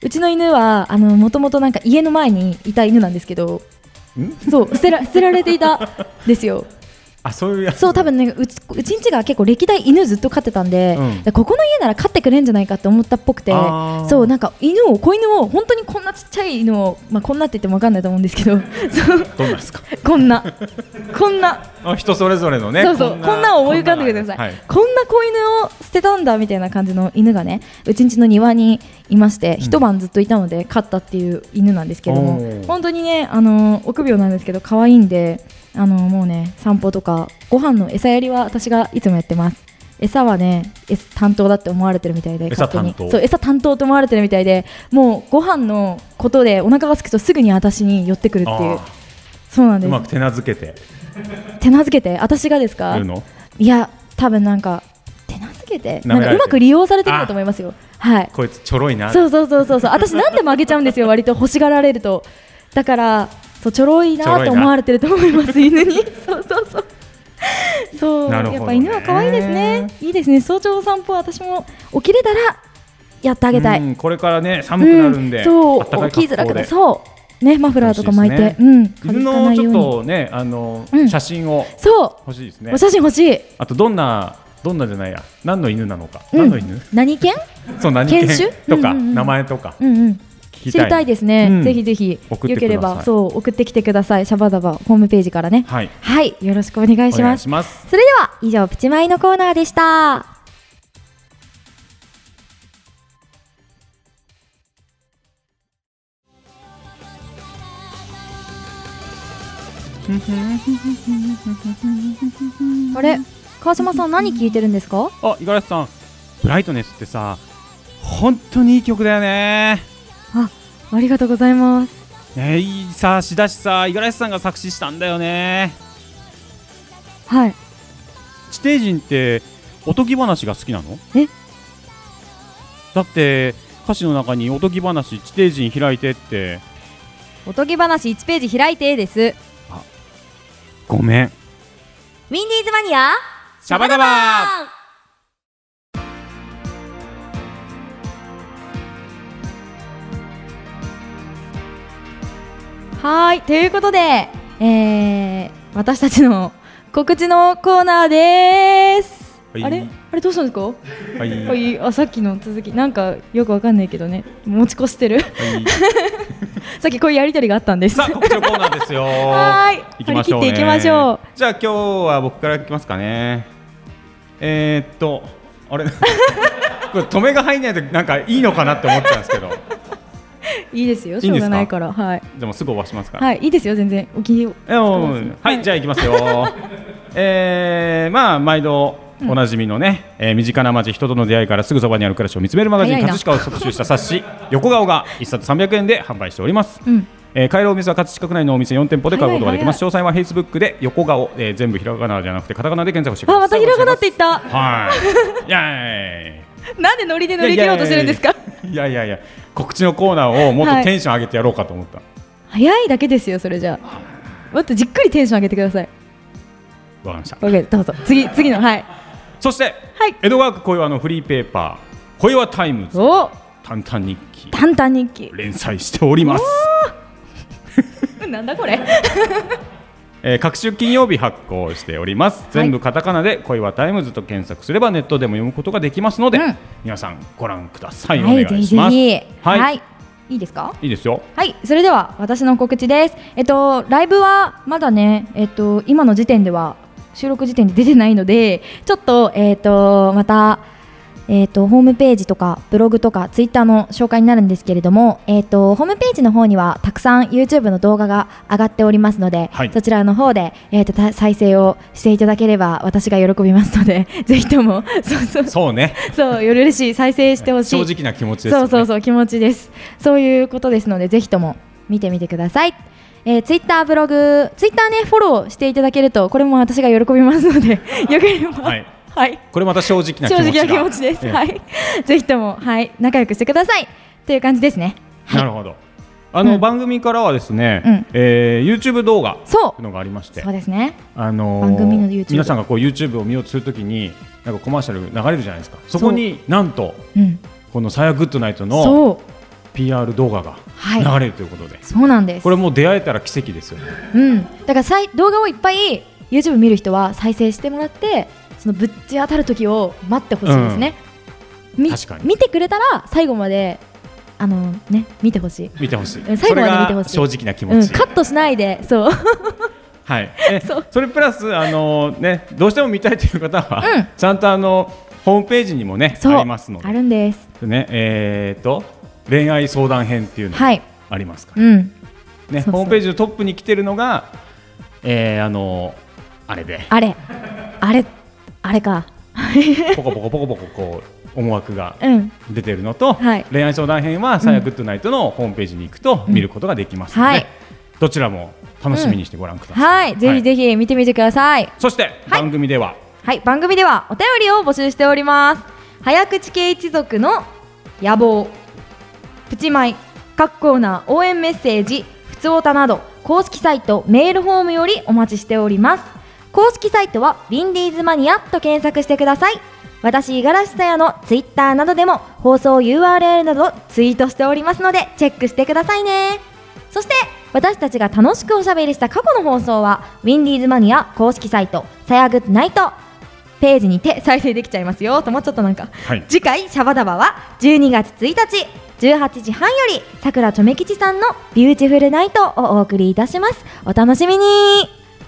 Speaker 1: うちの犬はあのもともとなんか家の前にいた犬なんですけど、
Speaker 2: ん
Speaker 1: そう捨てら捨てられていたんですよ。
Speaker 2: あそういうやつ
Speaker 1: そう多分ねうちうちんちが結構歴代犬ずっと飼ってたんで、
Speaker 2: うん
Speaker 1: でここの家なら飼ってくれんじゃないかって思ったっぽくて
Speaker 2: あー
Speaker 1: そうなんか犬を子犬を本当にこんなちっちゃい犬を、まあ、こんなって言っても分かんないと思うんですけど *laughs* そう
Speaker 2: どうなんですか
Speaker 1: こんなこんな
Speaker 2: あ人それぞれのね
Speaker 1: そうそうこんなを思い浮かんでくださいこん,、
Speaker 2: はい
Speaker 1: な子犬を捨てたんだみたいな感じの犬がねうちんちの庭にいまして、
Speaker 2: ん
Speaker 1: 一晩ずっといたので飼ったっていう犬なんですけど
Speaker 2: お
Speaker 1: も
Speaker 2: ー
Speaker 1: 本当にねあの臆病なんですけど可愛いんであのもうね散歩とかご飯の餌やりは私がいつもやってます餌はね餌担当だって思われてるみたいで
Speaker 2: 餌担当
Speaker 1: 勝手にそう餌担当と思われてるみたいでもうご飯のことでお腹が空くとすぐに私に寄ってくるっていう
Speaker 2: あ
Speaker 1: そうなん
Speaker 2: ー
Speaker 1: で
Speaker 2: うますく手なずけて
Speaker 1: 手なずけて私がですか
Speaker 2: るの
Speaker 1: いや、多分なんか手なずけて、
Speaker 2: 舐
Speaker 1: な
Speaker 2: められてる
Speaker 1: んかうまく利用されてるんだと思いますよ。はい。
Speaker 2: こいつちょろいな
Speaker 1: そうそうそう
Speaker 2: *laughs*
Speaker 1: そうそう。私何でもあげちゃうんですよ。割と欲しがられると。だから、そうちょろい
Speaker 2: ちょ
Speaker 1: な
Speaker 2: ろい
Speaker 1: と
Speaker 2: な
Speaker 1: 思われてると思います。犬に。 *laughs* そうそうそう。そう、
Speaker 2: なるほどね
Speaker 1: やっぱ犬は可愛いですね。いいですね。早朝お散歩、私も起きれたらやってあげたい。
Speaker 2: うんこれからね寒くなるんで、
Speaker 1: うそ
Speaker 2: 暖か
Speaker 1: う。
Speaker 2: い格好で
Speaker 1: 起きづらくて、そう。ね、マフラーとか巻いて、
Speaker 2: 楽しいです
Speaker 1: う
Speaker 2: ね
Speaker 1: ん。風
Speaker 2: 犬
Speaker 1: 邪ひかな
Speaker 2: の
Speaker 1: い
Speaker 2: ち
Speaker 1: よ
Speaker 2: ょ
Speaker 1: うに
Speaker 2: っとねあの、
Speaker 1: うん
Speaker 2: 写真を
Speaker 1: そ
Speaker 2: 欲しいです
Speaker 1: う、
Speaker 2: ね
Speaker 1: お写真欲しい。
Speaker 2: あとどんなどんなじゃないや何の犬なのか、
Speaker 1: うん
Speaker 2: 何の犬
Speaker 1: 何犬？
Speaker 2: そう何犬
Speaker 1: 犬種
Speaker 2: *laughs* とか、
Speaker 1: うんうんうん
Speaker 2: 名前とか
Speaker 1: うんうん。
Speaker 2: 聞き
Speaker 1: 知
Speaker 2: たい
Speaker 1: りたいですね、
Speaker 2: うん
Speaker 1: ぜひぜひ
Speaker 2: 送ってください
Speaker 1: よければそう送ってきてくださいシャバダバホームページからね
Speaker 2: はい
Speaker 1: はい、よろしくお願い
Speaker 2: お
Speaker 1: し
Speaker 2: 願
Speaker 1: ま
Speaker 2: い
Speaker 1: す
Speaker 2: します
Speaker 1: それでは以上プチマイのコーナーでしたあれ川島さん何聞いてるんですか
Speaker 2: あ五十嵐さんブライトネスってさ本当にいい曲だよね
Speaker 1: ありがとうございます
Speaker 2: ねいいさ詩だしさ五十嵐さんが作詞したんだよね
Speaker 1: はい
Speaker 2: 地底人っておとぎ話が好きなの
Speaker 1: え
Speaker 2: だって歌詞の中におとぎ話地底人開いてって
Speaker 1: おとぎ話1ページ開いてです
Speaker 2: ごめん
Speaker 6: ウィンディーズマニア
Speaker 2: シャバダバ
Speaker 1: はーいということで、えー、私たちの告知のコーナーでーす、
Speaker 2: はい
Speaker 1: あれあれどうしたんですか
Speaker 2: ーはい
Speaker 1: は
Speaker 2: はい
Speaker 1: い、あさっきの続きなんかよくわかんないけどね持ち越 *laughs* してるさっきこういうやりとりがあったんです *laughs*
Speaker 2: さあ告知のコーナーですよ
Speaker 1: はーい
Speaker 2: 行きましょう
Speaker 1: 張り切
Speaker 2: ね
Speaker 1: っていきましょう
Speaker 2: じゃあ今日は僕からいきますかねえー、っとあれ *laughs* これ止めが入んないとなんかいいのかなって思ったんですけど
Speaker 1: いいですよ
Speaker 2: いい
Speaker 1: し
Speaker 2: ん
Speaker 1: ょ
Speaker 2: で
Speaker 1: う
Speaker 2: すか
Speaker 1: がないからはい
Speaker 2: でもすぐ終わしますから
Speaker 1: はいいいですよ全然お気に
Speaker 2: いやもうはい、じゃあ行きますよ。 *laughs* えー、まあ毎度おなじみのね、えー身近な街人との出会いからすぐそばにある暮らしを見つめるマガジン
Speaker 1: 早いな
Speaker 2: 葛飾を特集した冊子横顔が一冊300円で販売しております。
Speaker 1: うん
Speaker 2: えー、帰るお店は葛飾区内のお店4店舗で買うことができます。詳
Speaker 1: 早
Speaker 2: 細は Facebook で横顔、えー全部ひらがなじゃなくてカタカナで検索してくださ
Speaker 1: あ
Speaker 2: い。
Speaker 1: またひらがなって言った
Speaker 2: はい。い *laughs* やいやいやいや
Speaker 1: なんでノリで乗り切ろうとしてるんですか。
Speaker 2: いやいやいや告知のコーナーをもっとテンション上げてやろうかと思った。
Speaker 1: 早いだけですよそれじゃあもっとじっくりテンション上げてください
Speaker 2: わかりました。
Speaker 1: オッケーどうぞ次次のはい
Speaker 2: そして、
Speaker 1: はい
Speaker 2: 江戸川区小岩のフリーペーパー小岩タイムズ
Speaker 1: お
Speaker 2: 淡々日記
Speaker 1: タンタン日記
Speaker 2: 連載しております、
Speaker 1: *laughs* なんだこれ
Speaker 2: えー、各週金曜日発行しております全部カタカナで小岩タイムズと検索すればネットでも読むことができますので、
Speaker 1: うん
Speaker 2: 皆さんご覧ください、お願いしますはい、、
Speaker 1: はいいいいですか
Speaker 2: いですよ
Speaker 1: はい、それでは私の告知です。えっとライブはまだね、えっと今の時点では収録時点で出てないので、ちょっとえっとまたえっとホームページとかブログとかツイッターの紹介になるんですけれども、えっとホームページの方にはたくさん YouTube の動画が上がっておりますので、
Speaker 2: はい
Speaker 1: そちらの方でえっとた再生をしていただければ私が喜びますので、ぜひともそうそう
Speaker 2: そうね
Speaker 1: そうよるしい再生してほしい。
Speaker 2: 正直な気持ちですよね
Speaker 1: そうそうそう気持ちですそういうことですのでぜひとも見てみてくださいえー、ツイッターブログツイッターねフォローしていただけるとこれも私が喜びますのでよければ
Speaker 2: はい
Speaker 1: はい
Speaker 2: これまた正直な気
Speaker 1: 正
Speaker 2: 持ち
Speaker 1: 直
Speaker 2: が
Speaker 1: な気持ちです、
Speaker 2: ええ
Speaker 1: はいぜひともはい仲良くしてくださいという感じですね
Speaker 2: なるほどあの、番組からはですね、
Speaker 1: うん
Speaker 2: えー、YouTube 動画
Speaker 1: そう
Speaker 2: っていうのがありまして
Speaker 1: そうですね
Speaker 2: あのー
Speaker 1: 番組の YouTube
Speaker 2: 皆さんがこう YouTube を見ようとするときになんかコマーシャル流れるじゃないですかそこになんと
Speaker 1: うん
Speaker 2: この「さやグッドナイト」の
Speaker 1: そう
Speaker 2: PR 動画が
Speaker 1: はい
Speaker 2: 流れるということで、
Speaker 1: そうなんです
Speaker 2: これもう出会えたら奇跡ですよね
Speaker 1: うんだからさい動画をいっぱい YouTube 見る人は再生してもらってそのぶっち当たる時を待ってほしいですね、み
Speaker 2: 確かに
Speaker 1: 見てくれたら最後まであのね見てほしい
Speaker 2: 見てほしい
Speaker 1: うん最後まで見てほしい
Speaker 2: それが正直な気
Speaker 1: う
Speaker 2: 持
Speaker 1: ん、
Speaker 2: ち、
Speaker 1: カットしないで
Speaker 2: *laughs*
Speaker 1: そう *laughs*
Speaker 2: はいえ
Speaker 1: そう
Speaker 2: それプラスあのーねどうしても見たいという方は、
Speaker 1: うん
Speaker 2: ちゃんとあのホームページにもね
Speaker 1: そう
Speaker 2: ありますの
Speaker 1: あ
Speaker 2: で
Speaker 1: るんです
Speaker 2: ねえー、と恋愛相談編っていうのが
Speaker 1: はい
Speaker 2: ありますから、
Speaker 1: うん
Speaker 2: ね
Speaker 1: そうそう
Speaker 2: ホームページのトップに来てるのがえー、あのーあ
Speaker 1: *laughs*
Speaker 2: れで
Speaker 1: あれあれあれか
Speaker 2: ポコポコポコポコこう思惑が
Speaker 1: うん
Speaker 2: 出てるのと、
Speaker 1: はい
Speaker 2: 恋愛相談編は「さやグッドナイト」のホームページに行くと見ることができますので、
Speaker 1: はい
Speaker 2: どちらも楽しみにしてご覧ください、
Speaker 1: はいぜひぜひ見てみてください
Speaker 2: そして番組では、
Speaker 1: はい、番組ではお便りを募集しております。早口系一族の野望、プチマイ、各コーナー応援メッセージ、ふつおたなど、公式サイト、メールフォームよりお待ちしております。公式サイトは、ウィンディーズマニアと検索してください。私、五十嵐さやのツイッターなどでも放送 URL などツイートしておりますので、チェックしてくださいね。そして私たちが楽しくおしゃべりした過去の放送はウィンディーズマニア公式サイト「さやぐナイト」ページにて再生できちゃいますよともうちょっとなんか、
Speaker 2: はい
Speaker 1: 次回「シャバダバ」は12月1日18時半よりさくらちょめ吉さんの「ビューティフルナイト」をお送りいたしますお楽しみに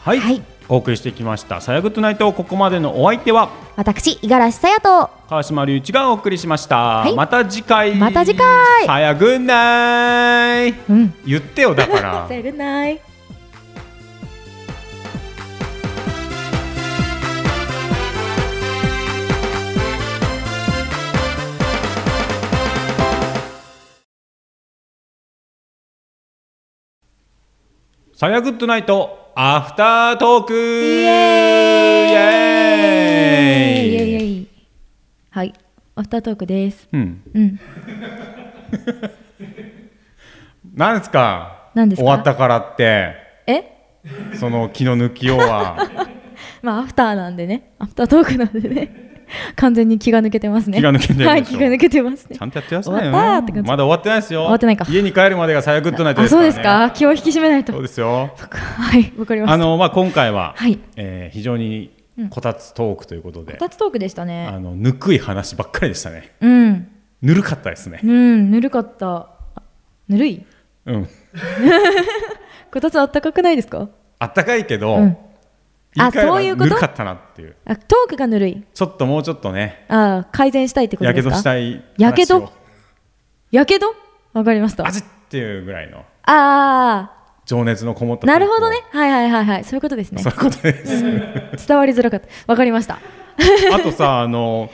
Speaker 2: はい
Speaker 1: はい
Speaker 2: お送りしてきました「さやグッドナイト」ここまでのお相手は
Speaker 1: 私五十嵐さやと
Speaker 2: 川島隆一がお送りしました、
Speaker 1: い
Speaker 2: また次回
Speaker 1: また次回
Speaker 2: さやグッナイ
Speaker 1: うん
Speaker 2: 言ってよだか
Speaker 1: *laughs*
Speaker 2: ら
Speaker 1: さやぐナイ
Speaker 2: さやグッドナイトアフタートークイ
Speaker 1: イ
Speaker 2: エーイ
Speaker 1: イエーイイエーイはいアフタートークです
Speaker 2: うん、
Speaker 1: うん
Speaker 2: なんですか
Speaker 1: 何ですか
Speaker 2: 終わったからって
Speaker 1: え
Speaker 2: その気の抜きよ
Speaker 1: *laughs*
Speaker 2: うは
Speaker 1: まあアフターなんでねアフタートークなんでね *laughs* 完全に気が抜けてますね
Speaker 2: 気が抜けてるでしょ
Speaker 1: はい気が抜けてますね
Speaker 2: ちゃんとやってくださいよ
Speaker 1: 終わったーって感じ
Speaker 2: まだ終わってないですよ
Speaker 1: 終わってないか
Speaker 2: 家に帰るまでがさやグッドナイトで
Speaker 1: あ
Speaker 2: すか
Speaker 1: そう
Speaker 2: ら、ね、
Speaker 1: ですか気を引き締めないと
Speaker 2: そうですよ
Speaker 1: そっかはいわかりました
Speaker 2: あの、まあ、今回は、
Speaker 1: はい
Speaker 2: えー非常にこたつトークということで、
Speaker 1: 二つトークでした
Speaker 2: あ
Speaker 1: ね
Speaker 2: のぬくい話ばっかりでしたね
Speaker 1: うん
Speaker 2: ぬるかったですね
Speaker 1: うんぬるかったあぬるい
Speaker 2: うん
Speaker 1: こたつあったかくないですか
Speaker 2: あったかいけど、
Speaker 1: うん
Speaker 2: 言い換えれば
Speaker 1: あそういうこと
Speaker 2: ぬるかったなっていう
Speaker 1: あトークがぬるい
Speaker 2: ちょっともうちょっとね
Speaker 1: あー改善したいってこと
Speaker 2: や
Speaker 1: で
Speaker 2: け
Speaker 1: すか
Speaker 2: どした
Speaker 1: い
Speaker 2: い
Speaker 1: やけど
Speaker 2: 話を
Speaker 1: やけどわかりました
Speaker 2: あじっていうぐらいの
Speaker 1: あ
Speaker 2: 情熱のこもった
Speaker 1: あなるほどね
Speaker 2: トー
Speaker 1: はいはいはいはいそういうことですね
Speaker 2: クをそういうことです、
Speaker 1: 伝わりづらかったわかりました
Speaker 2: あとさあの、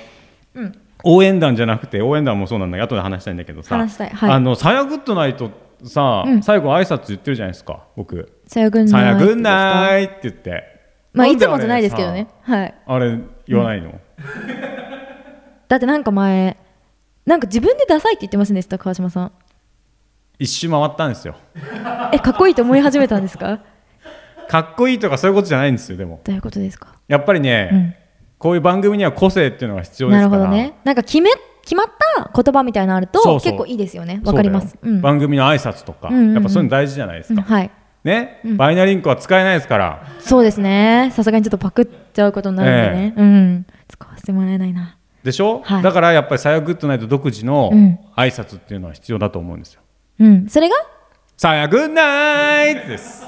Speaker 2: 応援団じゃなくて応援団もそうなんだけど後で話したいんだけどさ
Speaker 1: 話したいはい
Speaker 2: あのさやグッドナイトさ、
Speaker 1: うん
Speaker 2: 最後挨拶言ってるじゃないですか僕
Speaker 1: さよぐん
Speaker 2: さ
Speaker 1: な
Speaker 2: や
Speaker 1: い
Speaker 2: グッナイって言って
Speaker 1: まあ
Speaker 2: ないんで
Speaker 1: つ
Speaker 2: あれ
Speaker 1: もじゃないですけどねはい
Speaker 2: さあれ言わないの、
Speaker 1: だってなんか前なんか自分でダサいって言ってませんでした川島さん
Speaker 2: 一周回ったんですよ
Speaker 1: えかっこいいと思い始めたんですか
Speaker 2: かっこいいとかそういうことじゃないんですよでも
Speaker 1: *laughs* どういうことですか
Speaker 2: やっぱりね、
Speaker 1: うん
Speaker 2: こういう番組には個性っていうのが必要で
Speaker 1: な
Speaker 2: す
Speaker 1: る
Speaker 2: か
Speaker 1: ほ
Speaker 2: ら
Speaker 1: どねなんか決め決まった言葉みたいなのあると
Speaker 2: そうそう
Speaker 1: 結構いいですよねわかります
Speaker 2: そ
Speaker 1: う
Speaker 2: うだよ
Speaker 1: ん、
Speaker 2: 番組の挨拶とか、
Speaker 1: うんうんうん
Speaker 2: やっぱそういうの大事じゃないです
Speaker 1: うん
Speaker 2: か、
Speaker 1: はい
Speaker 2: ね、
Speaker 1: うん
Speaker 2: バイナリンクは使えないですから
Speaker 1: そうですねさすがにちょっとパクっちゃうことになるんでね、うん使わせてもらえないな
Speaker 2: でしょ、
Speaker 1: はい
Speaker 2: だからやっぱり「さやグッドナイト」独自の
Speaker 1: うん
Speaker 2: 挨拶っていうのは必要だと思うんですよ
Speaker 1: うんそれが
Speaker 2: 「さやグッドナイト」です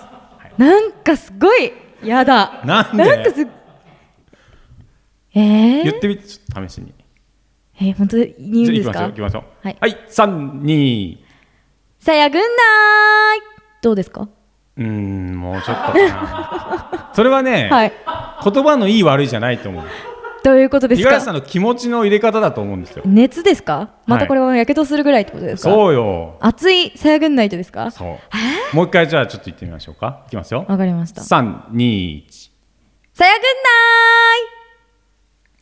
Speaker 1: なんかすごいやだ
Speaker 2: なんで
Speaker 1: かすえー、
Speaker 2: 言ってみてちょっと試しに
Speaker 1: えー、本当に言うんです
Speaker 2: じゃあ
Speaker 1: か
Speaker 2: いきましょういきましょう
Speaker 1: はい
Speaker 2: はい、三二
Speaker 1: さやぐんなーいどうですか
Speaker 2: うーんもうちょっとかな *laughs* それはね、
Speaker 1: はい
Speaker 2: 言葉のいい悪いじゃないと思う
Speaker 1: どういうことです
Speaker 2: 五十嵐さん
Speaker 1: か
Speaker 2: の気持ちの入れ方だと思うんですよ
Speaker 1: 熱ですかまたこれはやけどするぐらいってことですか、
Speaker 2: そうよ
Speaker 1: 熱いさやぐんナイトですか
Speaker 2: そうもう一回じゃあちょっと言ってみましょうかいきますよ
Speaker 1: わかりましたさ
Speaker 2: 三二一
Speaker 1: やぐん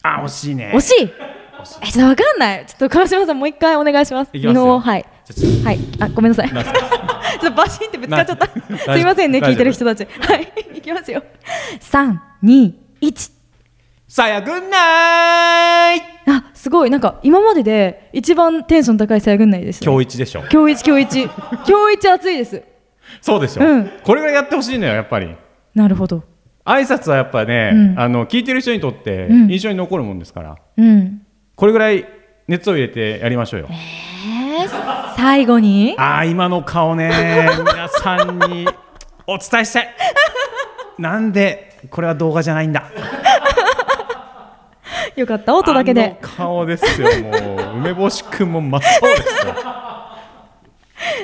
Speaker 2: あ惜しいね
Speaker 1: なーい惜しいえちょっとわかんないちょっと川島さんもう一回お願いします
Speaker 2: いきますよ
Speaker 1: のはい
Speaker 2: じゃあちょっと
Speaker 1: はい、あ、ごめんなさい。
Speaker 2: なん
Speaker 1: *laughs*
Speaker 2: す
Speaker 1: ちょっとバシンってぶつかっちゃった。*laughs*
Speaker 2: な
Speaker 1: すいませんね、
Speaker 2: 大丈夫
Speaker 1: 聞いてる人たち。はい、いきますよ。三、二、一。
Speaker 2: さやぐんない
Speaker 1: あ、すごい、なんか今までで一番テンション高いさやぐんないでしたね。
Speaker 2: 今日一でしょ
Speaker 1: 今日一、今日一、今日一暑いです。
Speaker 2: そうでしょ、
Speaker 1: うん
Speaker 2: これがやってほしいのよやっぱり
Speaker 1: なるほど。
Speaker 2: 挨拶はやっぱね、
Speaker 1: うん
Speaker 2: あの聞いてる人にとって
Speaker 1: うん
Speaker 2: 印象に残るもんですから、
Speaker 1: うん。
Speaker 2: これぐらい熱を入れてやりましょうよ、
Speaker 1: えー、最後に。
Speaker 2: ああ今の顔
Speaker 1: *laughs*
Speaker 2: ね皆さんにお伝えしたいなんでこれは動画じゃないんだ
Speaker 1: よかった、音だけで。
Speaker 2: あの顔ですよもう梅干しくんも真っ青ですよ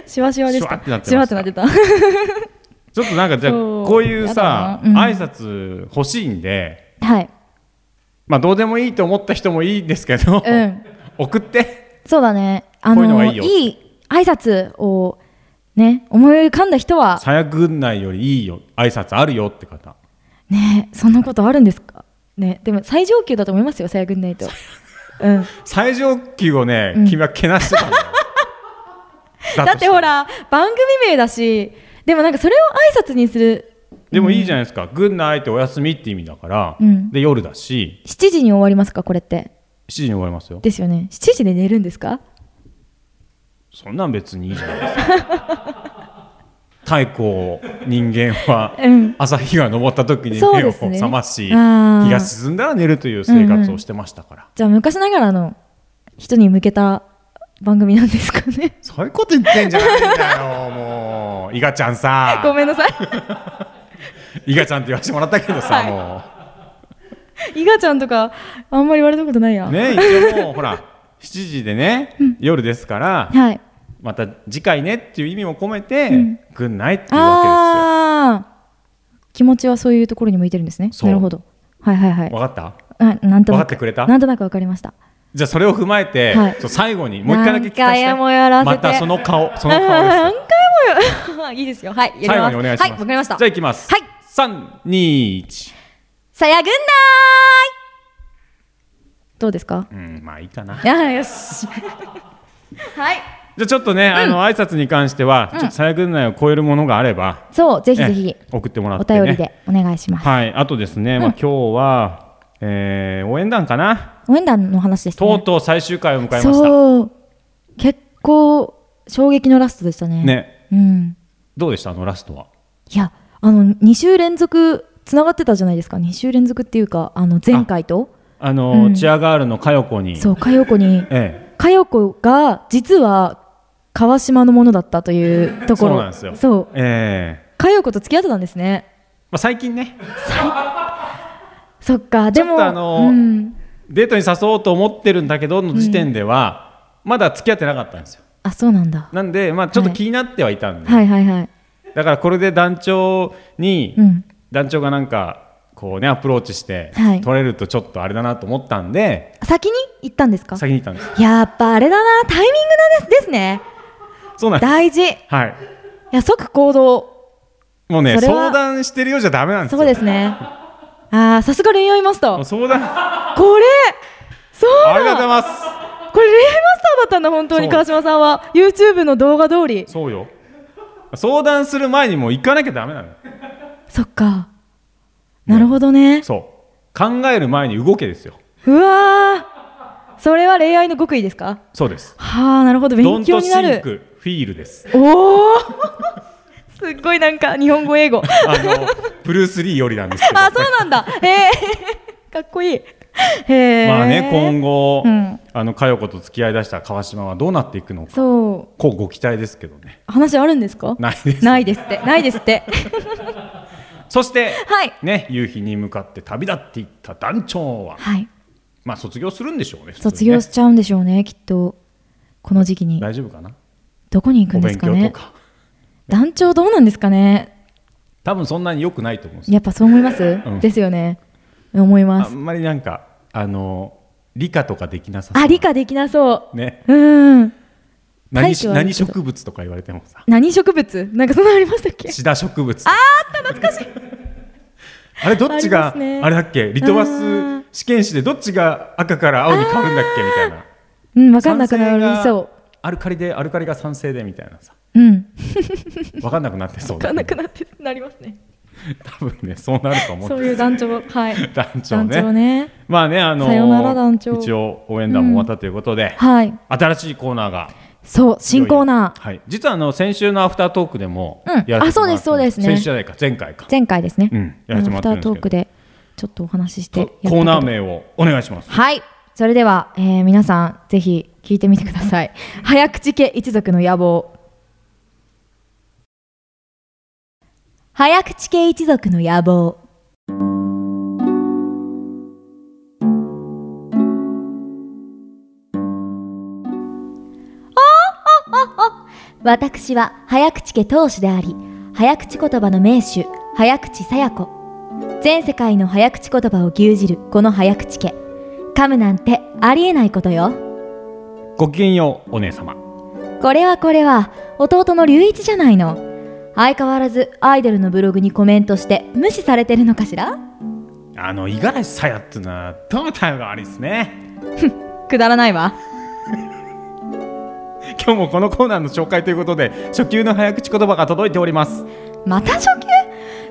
Speaker 1: シワシワでし
Speaker 2: シュ
Speaker 1: た
Speaker 2: ワってなっ。てました
Speaker 1: シワってなってた。
Speaker 2: ちょっとなんかじゃあ
Speaker 1: そう
Speaker 2: こういうさ、
Speaker 1: やだなうん
Speaker 2: 挨拶欲しいんで
Speaker 1: *laughs* はい。
Speaker 2: まあどうでもいいと思った人もいいんですけど、
Speaker 1: うん
Speaker 2: 送って
Speaker 1: そうだね。あ
Speaker 2: こういうのが
Speaker 1: の、
Speaker 2: いいよ
Speaker 1: いい挨拶を。ね、思い浮かんだ人は。
Speaker 2: さやぐんないよりいいよ挨拶あるよって方
Speaker 1: ねえそんなことあるんですかねでも最上級だと思いますよさやぐんない
Speaker 2: *laughs*
Speaker 1: とうん
Speaker 2: 最上級をね、
Speaker 1: うん
Speaker 2: 君はけなしてたんだよ
Speaker 1: *laughs*
Speaker 2: だ
Speaker 1: だっ
Speaker 2: として
Speaker 1: てほら番組名だしでもなんかそれを挨拶にする
Speaker 2: でもいいじゃないですか「ぐんない」ってお休みって意味だから、
Speaker 1: うん
Speaker 2: で夜だし
Speaker 1: 7時に終わりますかこれって
Speaker 2: 7時に終わりますよ
Speaker 1: ですよね7時で寝るんですか
Speaker 2: そんなん別にいいじゃないですか太古人間は
Speaker 1: うん
Speaker 2: 朝日が昇った時に
Speaker 1: そう
Speaker 2: 目
Speaker 1: で
Speaker 2: を
Speaker 1: すね
Speaker 2: 覚まし、
Speaker 1: あー
Speaker 2: 日が沈んだら寝るという生活をしてましたから、
Speaker 1: じゃあ昔ながらの人に向けた番組なんですかね
Speaker 2: そういうこと言ってんじゃないんだよもういがちゃん
Speaker 1: *laughs* ご
Speaker 2: さ
Speaker 1: めんなさい
Speaker 2: いがちゃんって言わせてもらったけどさ、
Speaker 1: はい
Speaker 2: も
Speaker 1: いがちゃんとかあんまり言われたことないや、
Speaker 2: うね一応もうほら7時でね、夜ですから
Speaker 1: はい
Speaker 2: また次回ねっていう意味も込めて
Speaker 1: ん
Speaker 2: 「ぐんない」っていうわ
Speaker 1: ああ気持ちはそういうところに向いてるんですね
Speaker 2: そう
Speaker 1: なるほどはいはいは
Speaker 2: けです
Speaker 1: い
Speaker 2: よ。わかった
Speaker 1: あなんとなく
Speaker 2: わかってくれた
Speaker 1: なんとなくわかりました
Speaker 2: じゃあそれを踏まえて、
Speaker 1: はい
Speaker 2: そう最後にもう一回だけ聞かせて
Speaker 1: 何回もやらせ
Speaker 7: *laughs*
Speaker 1: て
Speaker 2: またその顔その顔
Speaker 1: *laughs*
Speaker 2: です
Speaker 1: 何回も
Speaker 7: いいですよ。はい、やります
Speaker 2: 最後にお願いします。
Speaker 7: はい、わかりました。
Speaker 2: じゃあ行きます。
Speaker 7: はい。
Speaker 2: 三二一。
Speaker 7: さやぐんだーいどうです
Speaker 2: *laughs*
Speaker 7: か
Speaker 2: うん、まあいいかな。
Speaker 7: いや、よし。はい。
Speaker 2: じゃあちょっとね、あの挨拶に関しては、ちょっとさやぐんないを超えるものがあれば、
Speaker 7: そう、ぜひぜひ
Speaker 2: え、送ってもら
Speaker 7: お
Speaker 2: ってね。
Speaker 7: 便りでお願いします。
Speaker 2: はい、あとですね、まあ今日は、えー、応援団かな。
Speaker 7: 応援団の話ですね。
Speaker 2: とうとう最終回を迎えました。
Speaker 1: そう結構衝撃のラストでしたね
Speaker 2: ね、
Speaker 1: うん
Speaker 2: どうでしたあのラストは。
Speaker 1: いやあの2週連続つながってたじゃないですか2週連続っていうかあの前回と
Speaker 2: あの、
Speaker 1: うん
Speaker 2: チアガールの佳代子に。
Speaker 1: そう佳代子に
Speaker 2: ええ。
Speaker 1: 佳代子が実は川島のものだったというところ
Speaker 2: そうなんですよ。
Speaker 1: そう
Speaker 2: ええ
Speaker 1: 佳代子と付き合ってたんですね
Speaker 2: まあ最近ね、
Speaker 1: そっかで
Speaker 2: ちょっ
Speaker 1: も
Speaker 2: とあの
Speaker 1: うん、
Speaker 2: デートに誘おうと思ってるんだけどの時点では、まだ付き合ってなかったんですよ。
Speaker 1: あそうなんだ
Speaker 2: なんで、まあ、ちょっと気になってはいたんで、
Speaker 1: はいはいはい
Speaker 2: だからこれで団長に、
Speaker 1: うん
Speaker 2: 団長がなんかこうねアプローチして、
Speaker 1: はい
Speaker 2: 取れるとちょっとあれだなと思ったんで
Speaker 1: 先に行ったんですか
Speaker 2: 先に行ったんです
Speaker 1: やっぱあれだなタイミングなんですですね
Speaker 2: そうなんです
Speaker 1: 大事い
Speaker 2: はい
Speaker 1: や即行動
Speaker 2: もうね
Speaker 1: それは
Speaker 2: 相談してるようじゃダメなんですよ
Speaker 1: そうですね。ああ、さすが恋愛マスタ
Speaker 2: もう
Speaker 1: ー。
Speaker 2: 相談
Speaker 1: これ。そうだ。
Speaker 2: ありがとうございま
Speaker 1: これ恋愛マス
Speaker 2: す
Speaker 1: ターだったんだ、本当
Speaker 2: そ
Speaker 1: に
Speaker 2: う
Speaker 1: 川島さんは YouTube の動画通り。
Speaker 2: そうよ相談する前にもう行かなきゃダメなの
Speaker 1: そっか。なるほどね。
Speaker 2: そう考える前に動けですよ
Speaker 1: うわー。それは恋愛の極意ですか。
Speaker 2: そうです
Speaker 1: はあ、なるほど、
Speaker 2: ド
Speaker 1: 勉
Speaker 2: ン
Speaker 1: 強
Speaker 2: ト
Speaker 1: に
Speaker 2: シ
Speaker 1: な
Speaker 2: ン
Speaker 1: る。
Speaker 2: クフィールです
Speaker 1: おお。すっごいなんか日本語英語。 *laughs*
Speaker 2: あのブルース・リーよりなんですけど
Speaker 1: あ、そうなんだ。えー、か *laughs* っこいい。へえ。
Speaker 2: まあね今後、
Speaker 1: うん
Speaker 2: あの佳代子と付き合いだした川島はどうなっていくのか
Speaker 1: そ
Speaker 2: こうご期待ですけどね
Speaker 1: う、話あるんですか。
Speaker 2: ないです
Speaker 1: ないですって、ないです
Speaker 2: *laughs*
Speaker 1: って。
Speaker 2: そして、
Speaker 1: はい
Speaker 2: ね夕日に向かって旅立っていった団長は
Speaker 1: はい。
Speaker 2: まあ卒業するんでしょうね
Speaker 1: 卒業し
Speaker 2: 普通
Speaker 1: ちゃうんでしょうねきっとこの時期
Speaker 2: に
Speaker 1: に
Speaker 2: ね大丈夫かな
Speaker 1: どこに行く
Speaker 2: お
Speaker 1: んで
Speaker 2: 勉
Speaker 1: すか
Speaker 2: 強と
Speaker 1: ね
Speaker 2: か
Speaker 1: 団長どうなんですかね
Speaker 2: 多分そんなに良くないと思うんですよ
Speaker 1: やっぱそう思います、
Speaker 2: ん
Speaker 1: ですよね思いま
Speaker 2: あ
Speaker 1: す
Speaker 2: んまりなんかあの理科とかできなさそう
Speaker 1: あ理科できなそ
Speaker 2: ね
Speaker 1: ううん体
Speaker 2: 何
Speaker 1: 育
Speaker 2: し
Speaker 1: はある
Speaker 2: 何
Speaker 1: けど
Speaker 2: 植物とか言われてもさ
Speaker 1: 何植物なんかそんなのありましたっけ
Speaker 2: シダ植物ああった懐かしいあれどっち
Speaker 1: あ
Speaker 2: があ,、
Speaker 1: りますね
Speaker 2: れだっけリトバ
Speaker 1: あ
Speaker 2: ス
Speaker 1: ー
Speaker 2: 試験紙でどっちが赤から青に変わるんだっけみたいな
Speaker 1: うん分かんなくなりそ
Speaker 2: アルカリでアルカリが酸性でみたいなさ
Speaker 1: ううん
Speaker 2: 分かんなくなってそう
Speaker 1: 分かんなく
Speaker 2: な
Speaker 1: なってなりますね
Speaker 2: 多分ねそうなると思
Speaker 1: そうういう団長はい
Speaker 2: 団長
Speaker 1: 団
Speaker 2: ね
Speaker 1: 長ね
Speaker 2: まあねあのー
Speaker 1: さよなら団長
Speaker 2: 一応応援団も終わったということで、
Speaker 1: はい
Speaker 2: 新しいコーナーが
Speaker 1: そう新コーナー
Speaker 2: ーはい実はあの先週のアフタートークでも
Speaker 1: うん
Speaker 2: やらせてもら
Speaker 1: あそうですそうですね
Speaker 2: 先週じゃないか前回か
Speaker 1: 前回ですね、
Speaker 2: うんや
Speaker 1: あ
Speaker 2: らせて
Speaker 1: の
Speaker 2: もら
Speaker 1: アフター
Speaker 2: ってるんですけ
Speaker 1: ト
Speaker 2: ど
Speaker 1: ークでちょっとお話ししてやった
Speaker 2: コ
Speaker 1: けど
Speaker 2: ーナー名をお願いします
Speaker 1: はい。それでは、えー皆さん、ぜひ聞いてみてください。 *laughs* 早口家一族の野望。早口家一族の野望。私は早口家当主であり、早口言葉の名手、早口さや子。全世界の早口言葉を牛耳るこの早口家噛むなんてありえないことよ
Speaker 2: ごきげんようお姉様
Speaker 1: これはこれは弟の隆一じゃないの相変わらずアイドルのブログにコメントして無視されてるのかしら
Speaker 2: あの五十嵐さやっていうのはどうも態度が悪いですね
Speaker 1: くだらないわ
Speaker 2: 今日もこのコーナーの紹介ということで初級の早口言葉が届いております
Speaker 1: また初級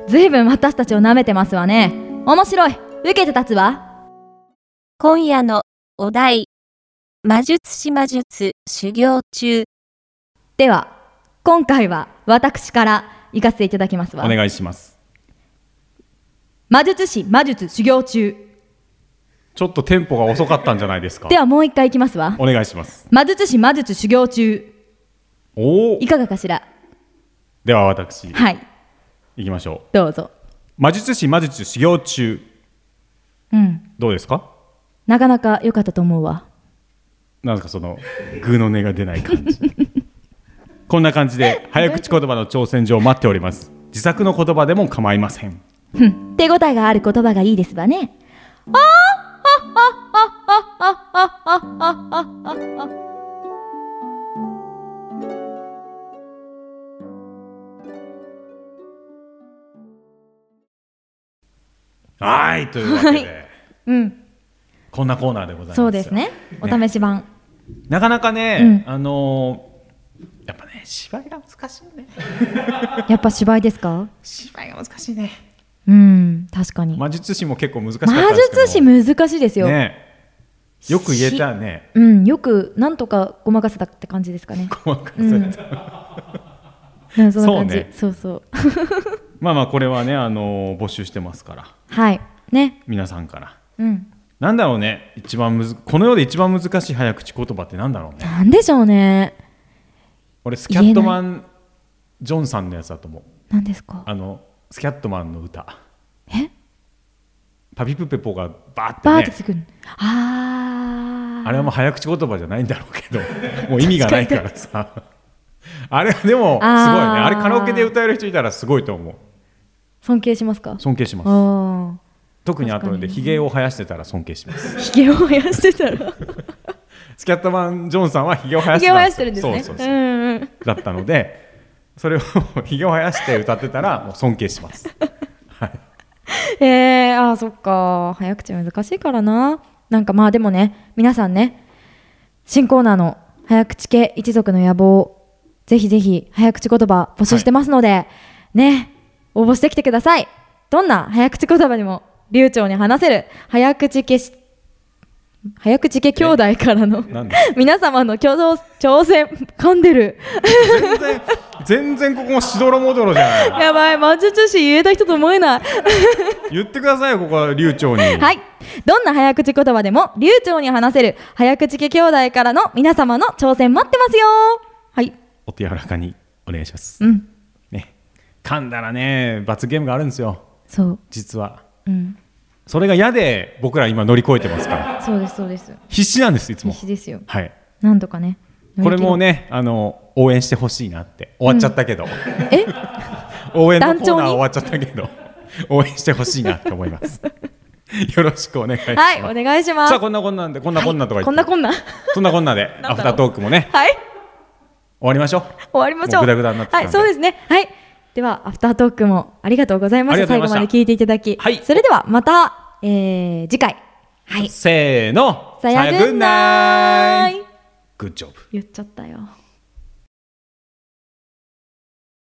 Speaker 1: ずいぶん私たちを舐めてますわね面白い受けて立つわ
Speaker 8: 今夜のお題。魔術師魔術修行中。
Speaker 1: では今回は私から行かせていただきます
Speaker 2: お
Speaker 1: わ
Speaker 2: 願いします
Speaker 1: 魔術師魔術修行中
Speaker 2: ちょっとテンポが遅かったんじゃないですか
Speaker 1: ではもう一回行きますわ
Speaker 2: お願いします
Speaker 1: 魔術師魔術修行中
Speaker 2: おお
Speaker 1: いかがかしら
Speaker 2: では私行
Speaker 1: はい
Speaker 2: きましょう
Speaker 1: どうぞ
Speaker 2: 魔術師魔術修行中
Speaker 1: うん
Speaker 2: どうですか
Speaker 1: なかなか良かったと思うわ
Speaker 2: なんですかそのグーの音が出ない感じ *laughs* こんな感じで早口言葉の挑戦状を待っております自作の言葉でも構いません
Speaker 1: 手応えがある言葉がいいですわね
Speaker 2: はいというわけで
Speaker 1: うん、
Speaker 2: こんなコーナーでございますよ
Speaker 1: そうですね。お試し版。
Speaker 2: なかなかね、
Speaker 1: う
Speaker 2: あのーやっぱね芝居が難しいね
Speaker 1: やっぱ芝居ですか
Speaker 2: 芝居が難しいね
Speaker 1: うん、確かに。
Speaker 2: 魔術師も結構難しかったん
Speaker 9: 魔
Speaker 2: ですけど
Speaker 9: 術師難しいですよ、
Speaker 2: ねよく言えたね
Speaker 9: うんよくなんとかごまかせたって感じですかね
Speaker 2: ごまかされ
Speaker 9: う
Speaker 2: た
Speaker 9: んそんな感じ
Speaker 2: *laughs*
Speaker 9: そ
Speaker 2: そうね
Speaker 9: うそう
Speaker 2: まあまあこれはねあのー募集してますから
Speaker 9: はいね
Speaker 2: 皆さんから
Speaker 9: うん
Speaker 2: なんだろうね一番むずこの世で一番難しい早口言葉ってなんだろうね
Speaker 9: なんでしょうね
Speaker 2: 俺スキャットマンジョンさんのやつだと思う
Speaker 9: なんですか
Speaker 2: あのスキャットマンの歌
Speaker 9: え
Speaker 2: パピプペポがバーってね
Speaker 9: バーってつくるあー
Speaker 2: あれはもう早口言葉じゃないんだろ
Speaker 1: *laughs*
Speaker 2: うけどもう意味がないからさあれはでもすごいね
Speaker 9: あー
Speaker 2: あれカラオケで歌える人いたらすごいと思う
Speaker 9: 尊敬しますか
Speaker 2: 尊敬します
Speaker 9: あ
Speaker 2: 特にあと
Speaker 9: 確か
Speaker 2: で
Speaker 9: に
Speaker 2: ひげを生やしてたら尊敬します
Speaker 9: あひげを生やしてたら
Speaker 2: スキャットマンジョンさんはひげを生や
Speaker 1: ひ
Speaker 2: して
Speaker 1: げ
Speaker 2: た
Speaker 1: を生やしてるんですね。
Speaker 2: そうそうそ
Speaker 1: う
Speaker 2: う
Speaker 1: んうん。
Speaker 2: だったのでそれをひげを生やして歌ってたらもう尊敬します
Speaker 1: えー、あーそっか早口難しいからななんかまあでもね皆さんね新コーナーの「早口系一族の野望」ぜひぜひ早口言葉募集してますので、ね応募してきてくださいどんな早口言葉にも流暢に話せる早口系し早口系兄弟からの
Speaker 2: なんで
Speaker 1: 皆様の共同挑戦噛んでる
Speaker 2: 全然全然ここもしどろもどろじゃない
Speaker 1: やばい魔術師言えた人と思えない
Speaker 2: 言ってくださいよここは流暢に
Speaker 1: はい。どんな早口言葉でも流暢に話せる早口家兄弟からの皆様の挑戦待ってますよはい。
Speaker 2: お手柔らかにお願いします
Speaker 1: うん。
Speaker 2: ね噛んだらね罰ゲームがあるんですよ
Speaker 1: そう。
Speaker 2: 実は
Speaker 1: うん。
Speaker 2: それが嫌で僕ら今乗り越えてま
Speaker 1: *laughs*
Speaker 2: すから
Speaker 1: そうです、そうです。
Speaker 2: 必死なんですいつも
Speaker 1: 必死ですよ。
Speaker 2: はい
Speaker 1: なんとかね。
Speaker 2: これもねあの応援してほしいなって終わっちゃったけど、
Speaker 1: え
Speaker 2: *laughs* 応援のコー
Speaker 1: 団長
Speaker 2: ナー
Speaker 1: に
Speaker 2: 終わっちゃったけど応援してほしいなって思いま
Speaker 1: *laughs*
Speaker 2: すよろしくお願いします、
Speaker 1: はい、お願いします。
Speaker 2: さあこんなこんなんでこんなこんなんとか言って、
Speaker 1: こんなこんな。 *laughs*
Speaker 2: そんなこんなでアフタートークもね
Speaker 1: はい。
Speaker 2: 終わりましょう
Speaker 1: 終わりましょう。
Speaker 2: もうグダグダになってきた
Speaker 1: は
Speaker 2: んで
Speaker 1: い、そうですね。はい。では、アフタートークもありがとうございま
Speaker 2: あ
Speaker 1: し
Speaker 2: りが
Speaker 1: た。
Speaker 2: と
Speaker 1: 最
Speaker 2: うご
Speaker 1: 後
Speaker 2: ざいました
Speaker 1: まで聞いていただき。
Speaker 2: はい
Speaker 1: それでは、また、えー、次回。はい。
Speaker 2: せーの
Speaker 1: さやぐん
Speaker 2: な
Speaker 1: ないい。
Speaker 2: グッジョブ
Speaker 1: 言っちゃったよ。